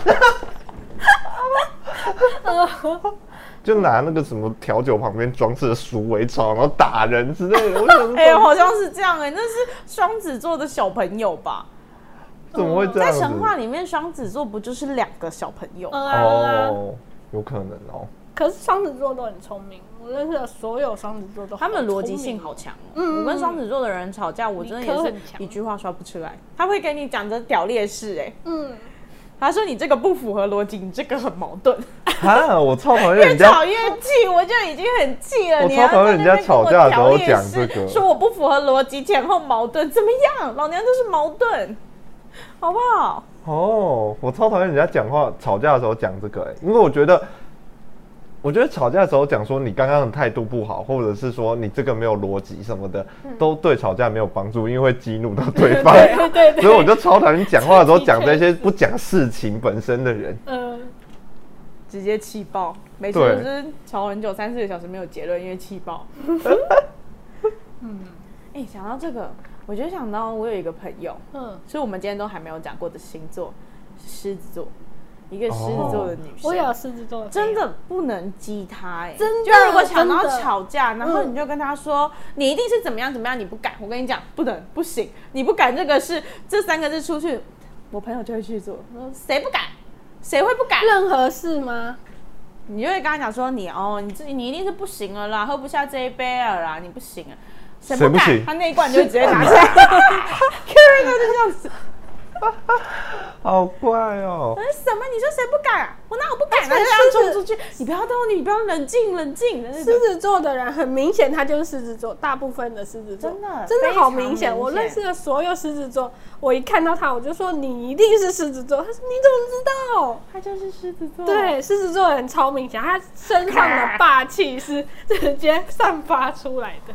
C: 就拿那个什么调酒旁边装饰的鼠尾草，然后打人之类的，我想
A: 哎、
C: 说
A: 好像是这样哎、那是双子座的小朋友吧？
C: 怎么会这
A: 在
C: 样子？
A: 神话里面，双子座不就是两个小朋友？
B: 嗯啊，嗯啊
C: 哦，有可能哦。 *laughs*
B: 可是双子座都很聪明，我认识的所有双子座都
A: 他们
B: 好
A: 的逻辑
B: 聪
A: 性
B: 明
A: 好强哦、
B: 嗯
A: 我跟双子座的人吵架，我真的也
B: 理科
A: 是
B: 很强
A: 一句话说不出来。他会跟你讲着屌劣势，哎，
B: 嗯，
A: 他说你这个不符合逻辑，你这个很矛盾。
C: 啊，我超讨厌
A: 越
C: 人
A: 吵
C: 家，
A: 越气，我就已经很气了。
C: 我
A: 你还
C: 超讨厌
A: 在那边
C: 人家吵架的时候
A: 跟我调
C: 讲
A: 劣势
C: 这个
A: 说我不符合逻辑，前后矛盾，怎么样？老娘就是矛盾，好不好？
C: 哦，我超讨厌人家讲话吵架的时候讲这个、欸，因为我觉得，我觉得吵架的时候讲说你刚刚的态度不好，或者是说你这个没有逻辑什么的，都对吵架没有帮助，因为会激怒到对方。
A: 嗯 *laughs* 对对对，
C: *laughs* 所以我就超讨厌讲话的时候
A: *laughs*
C: 讲这些不讲事情本身的人。
B: 嗯，
A: 直接气爆，每次
C: 对
A: 就是吵很久，三四个小时没有结论，因为气
C: *laughs*
A: 爆。嗯，哎、想到这个，我就想到我有一个朋友，
B: 嗯，
A: 是啊我们今天都还没有讲过的星座，狮子座，一个狮子座的女生。哎
B: 我也有狮子座，
A: 哦真，的不能激他哎、欸，
B: 真的
A: 就如果想到
B: 真的
A: 吵架，然后你就跟他说、你一定是怎么样怎么样，你不敢，我跟你讲不能不行，你不敢这个是这三个字出去，我朋友就会去做，谁不敢， *laughs* 谁会不敢？
B: 任何事吗？
A: 你就会跟他讲说你哦，你自己你一定是不行了啦，喝不下这一杯了啦，你不行啊，谁
C: 谁
A: 不
C: 不
A: 敢？
C: 行
A: 他那一罐就会直接拿起 *laughs* 来，carry 他就这样子，
C: 好怪哦、
A: 哎什么？你说谁不敢、啊？我哪有不敢啊？
B: 而且
A: 就这样
B: 狮
A: 冲出去，你不要动，你不要冷静冷静的那种
B: 狮。子座的人很明显，他就是狮子座，大部分的狮子座
A: 真的
B: 真的好明
A: 非常明
B: 显。
A: 显
B: 我认识的所有狮子座，我一看到他我就说你一定是狮子座，他说你怎么知道？
A: 他就是狮子座，
B: 对，狮子座的人超明显，他身上的霸气是直接散发出来的。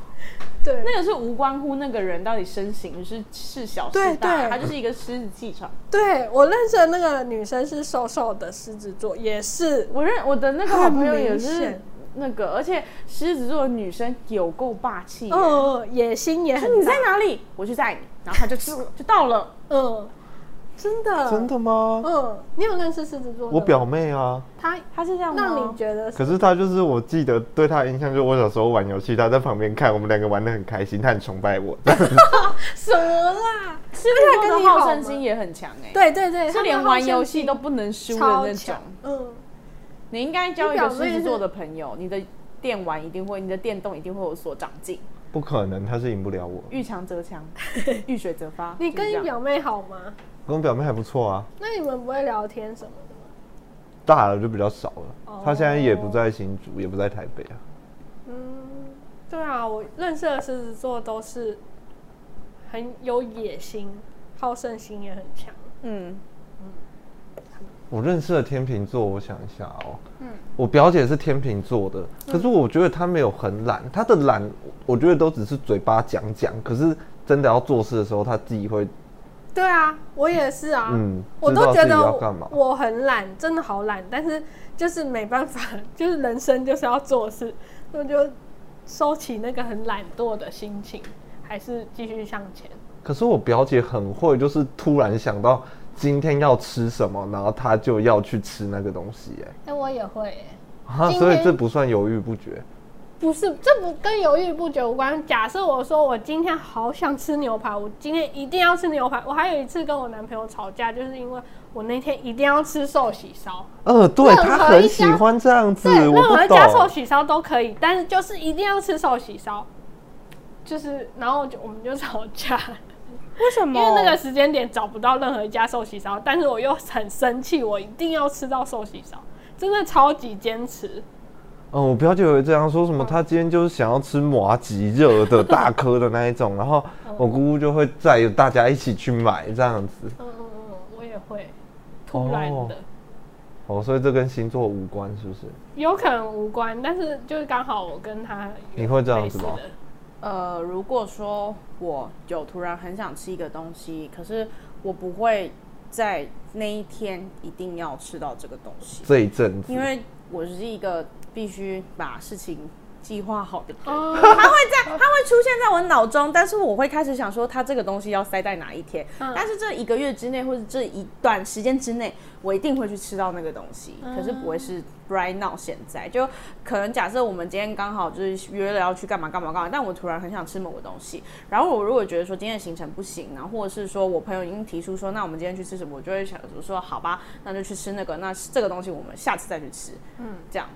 B: 对，
A: 那个是无关乎那个人到底身形是是小是
B: 对
A: 大，
B: 对
A: 他就是一个狮子气场。
B: 对我认识的那个女生是瘦瘦的狮子座，也是
A: 我认我的那个好朋友
B: 很明
A: 也是
B: 显
A: 那个，而且狮子座的女生有够霸气耶。
B: 嗯，野心也很
A: 你
B: 大
A: 在哪里？我去载你，然后他就就到了。
B: 嗯，真的
C: 真的吗？
B: 嗯，你有认识狮子座的吗？
C: 我表妹啊，
B: 他
A: 他是这样吗？
B: 让你觉得是
C: 可是她就是我记得对她的印象就是我小时候玩游戏，她在旁边看我们两个玩的很开心，她很崇拜我。
B: 什么啦？
A: 狮子座
B: 跟
A: 的
B: 你好
A: 好
B: 吗
A: 胜心也很强哎，，
B: 啊对对对，
A: 是连玩游戏都不能输
B: 他
A: 的
B: 们好
A: 那
B: 胜心
A: 种
B: 超。强。嗯，
A: 你应该交一个
B: 你表妹
A: 狮
B: 是
A: 子座的朋友，你的电玩一定会，你的电动一定会有所长进。
C: 不可能，她是赢不了我。
A: 遇强则
B: *laughs*
A: 强，遇水则发。
B: 你
A: 就是
B: 跟
A: 这
B: 你
A: 样
B: 表妹好吗？
C: 跟我表妹还不错啊，
B: 那你们不会聊天什么的吗？
C: 大了就比较少
B: 哦
C: 了。她现在也不在新竹，也不在台北啊。
B: 嗯，对啊，我认识的狮子座都是很有野心，好胜心也很强。
A: 嗯，
C: 我认识的天秤座，我想一下哦，
B: 嗯
C: 我表姐是天秤座的，可是我觉得她没有很懒，她的懒，我觉得都只是嘴巴讲讲，可是真的要做事的时候，她自己会，
B: 对啊，我也是啊，
C: 嗯
B: 我都觉得
C: 知道自己要干嘛
B: 我我很懒，真的好懒，但是就是没办法， *laughs* 就是人生就是要做事，那就收起那个很懒惰的心情，还是继续向前。
C: 可是我表姐很会，就是突然想到今天要吃什么，然后她就要去吃那个东西、哎，
B: 哎、我也会、
C: 啊，
B: 今天
C: 所以这不算犹豫不决，
B: 不是，这不跟犹豫不决无关。假设我说我今天好想吃牛排，我今天一定要吃牛排。我还有一次跟我男朋友吵架，就是因为我那天一定要吃寿喜烧。
C: 呃，对
B: 任何
C: 她很
B: 一
C: 喜
B: 家
C: 欢这样子，
B: 对，任
C: 我
B: 何
C: 不
B: 家寿
C: 懂，
B: 喜烧都可以，但是就是一定要吃寿喜烧。就是，然后就我们就吵架，
E: 为什
B: 因
E: 么？
B: 为那个时间点找不到任何一家寿喜烧，但是我又很生气，我一定要吃到寿喜烧，真的超级坚持。
C: 嗯，我表姐会这样说什么？她今天就是想要吃麻吉热的大颗的那一种，然后我姑姑就会载大家一起去买这样子。
B: 嗯嗯嗯，我也会，突然的。
C: 哦哦，所以这跟星座无关，是不是？
B: 有可能无关，但是就是刚好我跟他有
C: 你会这样子吗
B: 类似的
A: 呃，如果说我有突然很想吃一个东西，可是我不会在那一天一定要吃到这个东西，
C: 这一阵子，
A: 因为我是一个必须把事情计划好的人。
B: 哦，
A: 它会在，它会出现在我脑中，但是我会开始想说，它这个东西要塞在哪一天？
B: 嗯
A: 但是这一个月之内，或者这一段时间之内，我一定会去吃到那个东西，可是不会是 right now 现在。就可能假设我们今天刚好就是约了要去干嘛干嘛干嘛，但我突然很想吃某个东西，然后我如果觉得说今天的行程不行，然后或者是说我朋友已经提出说，那我们今天去吃什么，我就会想说说好吧，那就去吃那个，那这个东西我们下次再去吃，嗯，这样。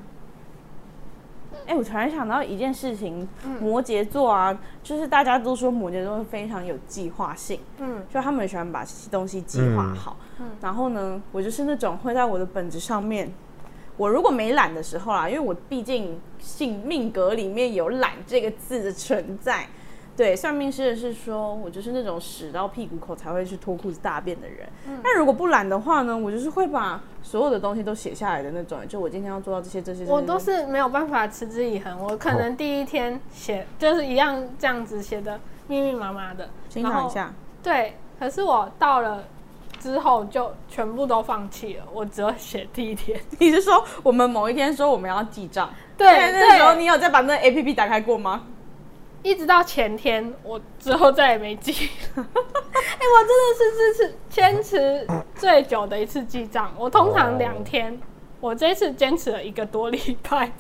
A: 哎、我突然想到一件事情，摩羯座啊，就是大家都说摩羯座非常有计划性，
B: 嗯，
A: 就他们很喜欢把东西计划好。然后呢，我就是那种会在我的本子上面，我如果没懒的啊时候啦，因为我毕竟性命格里面有懒这个字的存在，对，算命师的是说我就是那种屎到屁股口才会去脱裤子大便的人。
B: 嗯
A: 那、如果不懒的话呢，我就是会把所有的东西都写下来的那种人，就我今天要做到这些这些。这些
B: 我都是没有办法持之以恒，我可能第一天写就是一样这样子写的密密麻麻的，
A: 欣
B: 然
A: 赏
B: 后
A: 一下。 *laughs*
B: 对，可是我到了之后就全部都放弃了，我只有写第一天。
A: 你是说我们某一天说我们要记账？
B: 对
A: 那时候
B: 对，
A: 你有再把那 A P P 打开过吗？
B: 一直到前天，我之后再也没记。 *laughs* 哎、我真的是支持坚持最久的一次记账，我通常两天，我这一次坚持了一个多礼拜。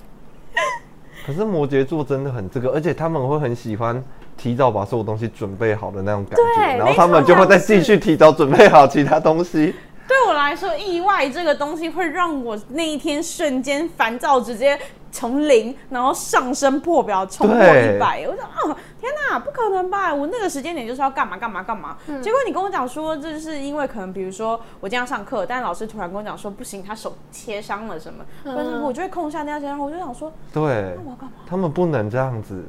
C: 可是摩羯座真的很这个，而且他们会很喜欢提早把所有东西准备好的那种感觉，
B: 对
C: 然后他们就会再继续提早准备好其他东西。
A: 对我来说，意外这个东西会让我那一天瞬间烦躁，直接从零然后上升破表，冲破
C: 对
A: 一百。我说哦，天哪，不可能吧！我那个时间点就是要干嘛干嘛干嘛。结果你跟我讲说，这是因为可能比如说我今天要上课，但老师突然跟我讲说不行，他手切伤了什么，或者是我就会空下那时间，我就想说
C: 对，
A: 我要干嘛？
C: 他们不能这样子。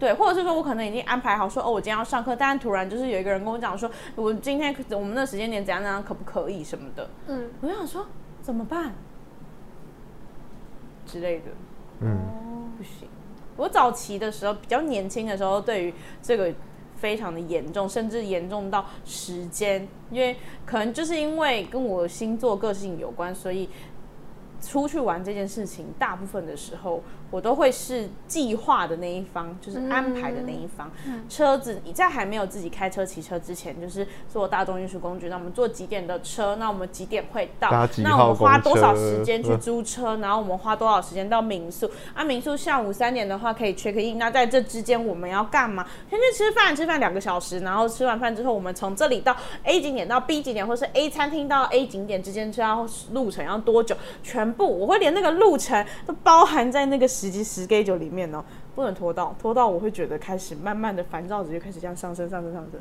A: 对，或者是说我可能已经安排好说，哦，我今天要上课，但是突然就是有一个人跟我讲说，我今天我们那时间点怎样怎样，可不可以什么的，
B: 嗯，
A: 我就想说怎么办之类的，
C: 嗯，
A: 不行。我早期的时候，比较年轻的时候，对于这个非常的严重，甚至严重到时间，因为可能就是因为跟我星座个性有关，所以出去玩这件事情，大部分的时候我都会是计划的那一方，就是安排的那一方。车子你在还没有自己开车骑车之前，就是坐大众运输工具，那我们坐几点的车，那我们几点会到
C: 搭几，
A: 那我
C: 号
A: 们
C: 公
A: 花多少
C: 车
A: 时间去
C: 嗯
A: 租车，然后我们花多少时间到民宿？啊，民宿下午三点的话可以 check in，那在这之间我们要干嘛？先去吃饭，吃饭两个小时，然后吃完饭之后，我们从这里到 A 景点到 B 景点，或是 A 餐厅到 A 景点之间，这要路程要多久？全部我会连那个路程都包含在那个时机时 schedule 里面哦，不能拖到，拖到我会觉得开始慢慢的烦躁值就开始这样上升上升上升。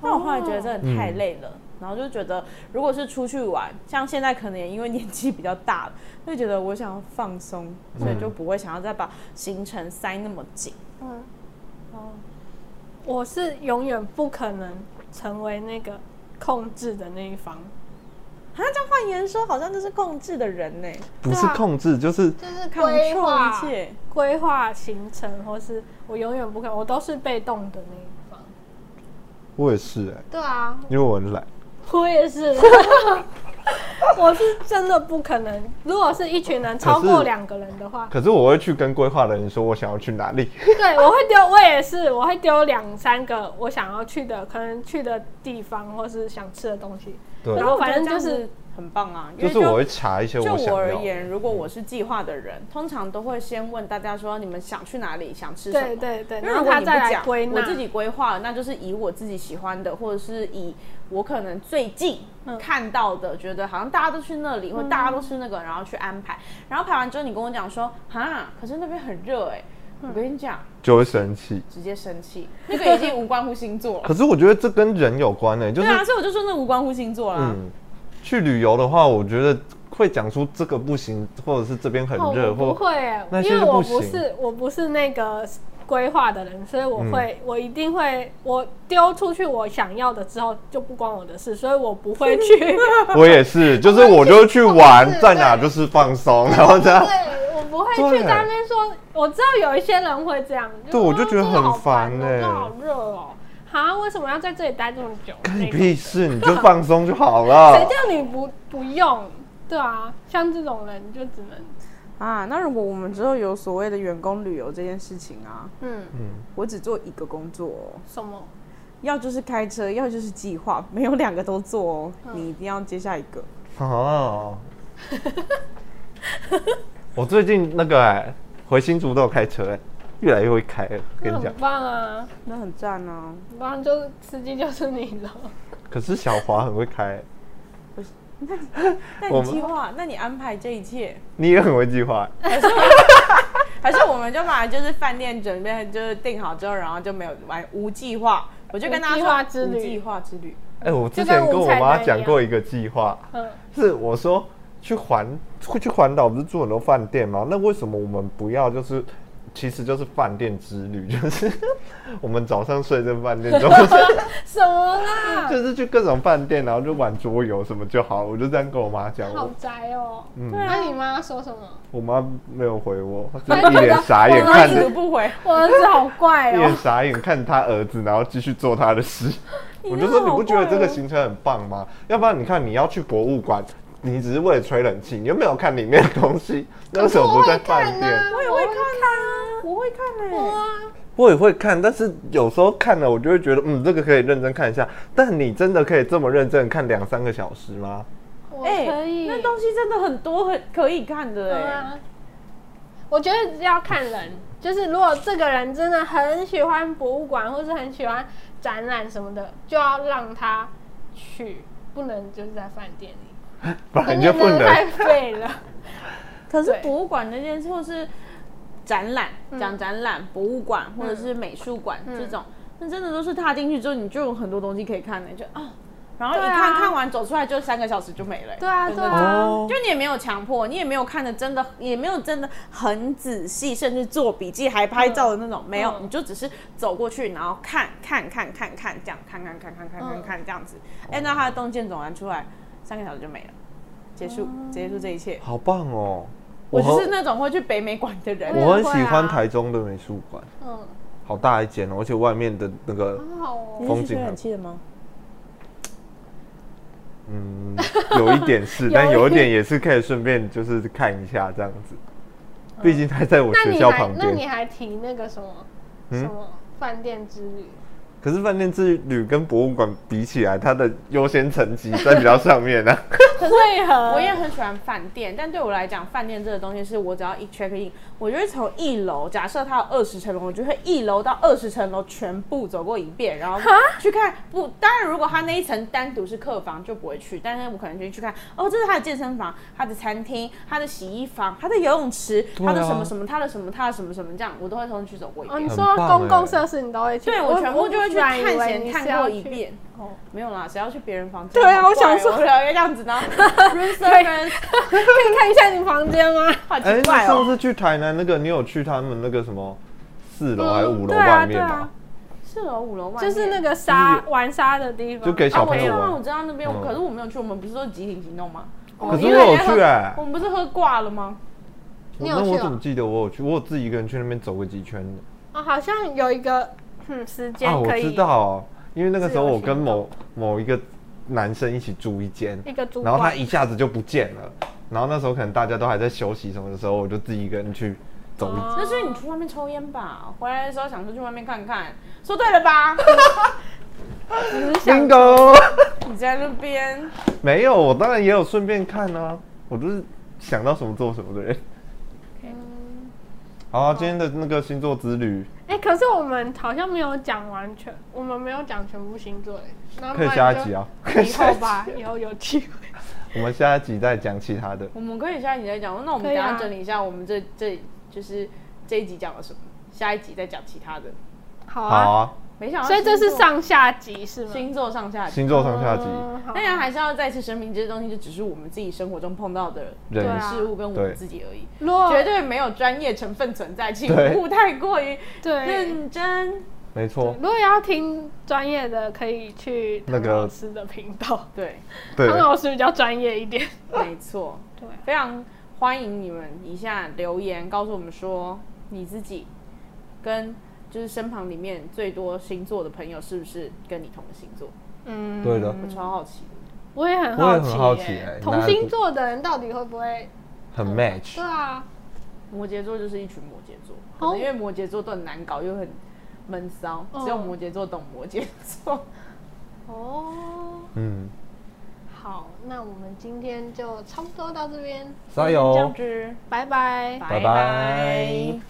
A: 但我后来觉得真的太累
C: 哦
A: 了，然后就觉得如果是出去玩，像现在可能也因为年纪比较大了，就觉得我想要放松，
C: 嗯
A: 所以就不会想要再把行程塞那么紧。
B: 我是永远不可能成为那个控制的那一方。
A: 啊，这样换言说，好像就是控制的人呢、
C: 不是控制，就是
B: 就是
A: 抗
B: 规
A: 挫
B: 划
A: 一切。
B: 规划行程，或是我永远不可能，我都是被动的那一方。
C: 我也是哎、
B: 对啊，
C: 因为我很懒。
B: 我也 *laughs* 是，我是真的不可能。如果是一群人超
C: 可
B: 过
C: 是
B: 两个人的话，
C: 可是我会去跟规划的人说我想要去哪里，
B: 对我会丢，我也是，我会丢两三个我想要去的，可能去的地方或是想吃的东西。
C: 对
B: 然后反正
A: 我觉
B: 就
A: 得这样
B: 是
A: 子很棒啊，因
C: 就
A: 为
C: 是我会查一些
A: 就
C: 我想
A: 我而
C: 要。
A: 言，如果我是计划的人，通常都会先问大家说你们想去哪里，想吃什么。
B: 对对对，
A: 因为如
B: 然后
A: 果
B: 他
A: 你不
B: 再来
A: 讲，
B: 归纳
A: 我自己规划，那就是以我自己喜欢的，或者是以我可能最近看到的，觉得好像大家都去那里，或大家都去那个，然后去安排。然后排完之后，你跟我讲说，哈，可是那边很热哎、我跟你讲，
C: 就会生气。
A: 直接生气，那个已经无关乎星座了。
C: 可是我觉得这跟人有关呢、就是
A: 对啊，所以我就说那无关乎星座啊啦。
C: 嗯，去旅游的话，我觉得会讲出这个不行，或者是这边很
B: 哦，
C: 热，
B: 我不
C: 或
B: 会耶，
C: 那些
B: 因为
C: 就
B: 我
C: 不
B: 不
C: 行
B: 是我不是那个规划的人，所以我会、
C: 嗯
B: 我一定会我丢出去我想要的之后就不关我的事，所以我不会去。
C: 我也是，就是我就去玩，在哪就是放松，然后这样。
B: 对，我不会
C: 对
B: 去在那边说。我知道有一些人会这样，
C: 对我就觉得很
B: 烦
C: 烦欸耶
B: 这好热哦。哈，为什么要在这里待这么久？
C: 干你
B: 那种
C: 屁事，你就放松就好
B: 谁
C: 了。
B: *laughs* 叫你不不用？对啊，像这种人就只能
A: 啊，那如果我们之后有所谓的员工旅游这件事情啊，
B: 嗯
A: 我只做一个工作、哦，
B: 什么？
A: 要就是开车，要就是计划，没有两个都做哦，你一定要接下一个。
C: 哦，我最近那个、哎，回新竹都有开车、哎，越来越会开了。跟
B: 那
C: 你讲
B: 很，棒啊，
A: 那很赞啊！
B: 很棒，就是司机就是你了。 *laughs*
C: 可是小华很会开、哎
A: 那
C: 我
A: 你
C: 们
A: 计划，那你安排这一切，
C: 你也很会计划、哎
A: *laughs* 还是我们就把就是饭店准备就是订好之后，然后就没有玩无计划，我就跟大家说
B: 无计划之旅
A: 无计划之旅，
C: 哎、我之前跟我妈讲过一个计划，
B: 嗯，
C: 是我说去环会去环岛不是住很多饭店吗？那为什么我们不要就是其实就是饭店之旅， *laughs* 就是我们早上睡在饭店，中午
B: 什么
C: 哦
B: 啦？
C: 就是去各种饭店，然后就玩桌游什么就好。我就这样跟我妈讲，
B: 好
C: 我
B: 宅哦。
C: 嗯
B: 那你妈说什么？
C: 我妈没有回我，她就一脸傻眼
A: 我儿
C: 看
A: 子
C: 着，
A: 不回，
B: 我儿子好怪
C: 一 *laughs*
B: 哦
C: 脸。傻眼看着她儿子，然后继续做她的事。我就说
A: 真的
C: 你
A: 好
C: 不觉得
A: 怪
C: 这个
A: 哦
C: 行程很棒吗？要不然你看你要去博物馆，你只是为了吹冷气，你又没有看里面的东西，那为什么不在饭店？
B: 我也会看
A: 啊，我会看哎、
B: 啊。
C: 我也会看，但是有时候看了，我就会觉得，嗯，这个可以认真看一下。但你真的可以这么认真地看两三个小时吗？
B: 我
A: 哎、
B: 可以。
A: 那东西真的很多，很可以看的哎、
B: 对啊，我觉得要看人，就是如果这个人真的很喜欢博物馆，或是很喜欢展览什么的，就要让他去，不能就是在饭店
C: *laughs*
B: 里，
C: 本来就不
B: 真的
C: 能
B: 太。废了。
A: 可是
B: 对嗯
A: 博物馆那件事，或是展览，讲展览、博物馆或者是美术馆、这种，那真的都是踏进去之后，你就有很多东西可以看的、就啊，然后一
B: 对啊
A: 看、看完走出来就三个小时就没了、
B: *laughs* 对啊，
A: 真
B: 对
A: 的
B: 啊，
C: 哦
A: 就你也没有强迫，你也没有看的真的，也没有真的很仔细，甚至做笔记还拍照的那种，没有，
B: 嗯
A: 你就只是走过去，然后看看看看看这样，看看看看看
B: 嗯
A: 看看这样子，按照他的动线走完出来，三个小时就没了，结束，
B: 哦
A: 结束这一切。
C: 好棒哦！
A: 我就是
C: 很
A: 那种会去北美馆的人，
C: 我很
B: 我也
C: 喜
B: 会啊
C: 欢台中的美术馆，
B: 嗯，
C: 好大一间哦，而且外面的那个，
B: 很好哦。
C: 风景很
A: 气的吗？
C: 嗯，有一点是，
B: *laughs*
C: 但有一点也是可以顺便就是看一下这样子。毕竟它在我
B: 那
C: 学
B: 你
C: 校
B: 还
C: 旁
B: 嗯那你
C: 边，嗯
B: 还提那个什么、什么饭店之旅？
C: 可是饭店之旅跟博物馆比起来，它的优先层级在比较上
B: *laughs*
C: 面啊。
B: 为何？
A: 我也很喜欢饭店，但对我来讲，饭店这个东西是我只要一 check in，我就会从一楼，假设它有二十层楼，我就会一楼到二十层楼全部走过一遍，然后去看不。当然，如果它那一层单独是客房就不会去，但是我可能就去看哦，这是它的健身房、它的餐厅、它的洗衣房、它的游泳池、
C: 对
A: 它
C: 啊
A: 的什么什么、它的什么、它的什么什么这样，我都会从去走过一
B: 哦，
A: 遍
B: 你。说
C: 很棒
B: 公共
C: 哎
B: 设施你都会去？
A: 对，我全部
B: 我
A: 就会去
B: 本来以
A: 探
B: 为
A: 险
B: 你
A: 看
B: 是要
A: 过一
B: *laughs* 去。
A: 遍。哦，没有啦，谁要去别人房间？
B: 对啊
A: 好
B: 我想
A: 怪哦
B: 说
A: 我两个这样子
B: *laughs*
A: 呢，room service
B: 可以看一下你房间吗？
A: 好
C: 哎、
A: 奇
C: 那
A: 怪
C: 上
A: 哦。
C: 次去台南那个，你有去他们那个什么四楼
B: 嗯
C: 还是五楼
B: 对啊
C: 外面
B: 对啊
C: 吗？
A: 四楼、五楼外面
B: 就是那个沙
C: 就
B: 玩沙的地方，
C: 就给小
A: 我
C: 朋
A: 知
C: 友
A: 道，我
C: 玩。
A: 知道那边，
C: 嗯
A: 可是我没有去。我们不是都集体行动吗？
B: 哦
A: 哦
C: 可是
A: 因
C: 我
A: 为
C: 有
A: 人家
C: 去哎、
A: 我们不是喝挂了吗？
B: 你
C: 那
B: 有去
C: 我
B: 哦
C: 怎么记得我有去？我有自己一个人去那边走过几圈的
B: 哦，好像有一个嗯时间
C: 啊，我
B: 可以
C: 知道，因为那个时候
B: 自由
C: 我跟
B: 行
C: 某某一个男生一起住一间，
B: 一个主
C: 然后他
B: 管，
C: 一下子就不见了，然后那时候可能大家都还在休息什么的时候，我就自己一个人去走
B: 哦
C: 一。
A: 那是你去外面抽烟吧？回来的时候想说去外面看看，说对了
B: *laughs*
A: 吧？
C: Bingo，
A: 你在那边，
C: *laughs* 没有，我当然也有顺便看啊，我就是想到什么做什么的人。好
B: 哦
C: 啊，今天的那个星座之旅。
B: 哎、可是我们好像没有讲完全，我们没有讲全部星座，哎，那
C: 可以
B: 不然
C: 下一
B: 就
C: 集啊，
B: 以后吧，以后有机会。
C: *laughs* 我们下一集再讲其他的。
A: 我们可以下一集再讲。哦那我们
B: 可
A: 等
B: 以
A: 一
B: 啊
A: 下整理一下，我们这这就是这一集讲了什么，下一集再讲其他的。
B: 好
C: 好
B: 啊，
C: 啊，
A: 没想到
B: 所以
A: 星座，
B: 这是上下集是吗？
A: 星座上下集。
C: 星座上下集，
B: 嗯好
A: 当然还是要再次声明，这些东西就只是我们自己生活中碰到的
C: 人
A: 人
B: 啊
A: 事物跟我
C: 对
A: 们自己而已，
B: 如果
A: 绝对没有专业成分存在，请
C: 对
A: 勿太过于
B: 对。
A: 认真。
C: 没错，
B: 如果要听专业的，可以去
C: 那
B: 唐
C: 个
B: 老师的频道，
A: 对，
C: 对
B: 唐，老师比较专业一点。
A: 没错，
B: 对啊
A: 非常欢迎你们以下留言告诉我们说你自己跟就是身旁里面最多星座的朋友是不是跟你同个星座？
B: 嗯，
C: 对的
A: 我超好奇的。
B: 我也很
C: 我
B: 好
C: 也
B: 奇、
C: 很
B: 耶，
C: 好奇哎
B: 同
C: 那
B: 星座的人到底会不会？
C: 很
B: 对
C: match。
B: 啊，
A: 摩羯座就是一群摩羯座，可
B: 哦
A: 能因为摩羯座都很难搞又很闷骚，只有
B: 嗯
A: 摩羯座懂摩羯座。
B: 哦，
C: 嗯，
B: 好，那我们今天就差不多到这边，
C: 加
A: 这
C: 油
A: 样！子，
B: 拜拜。
C: 拜拜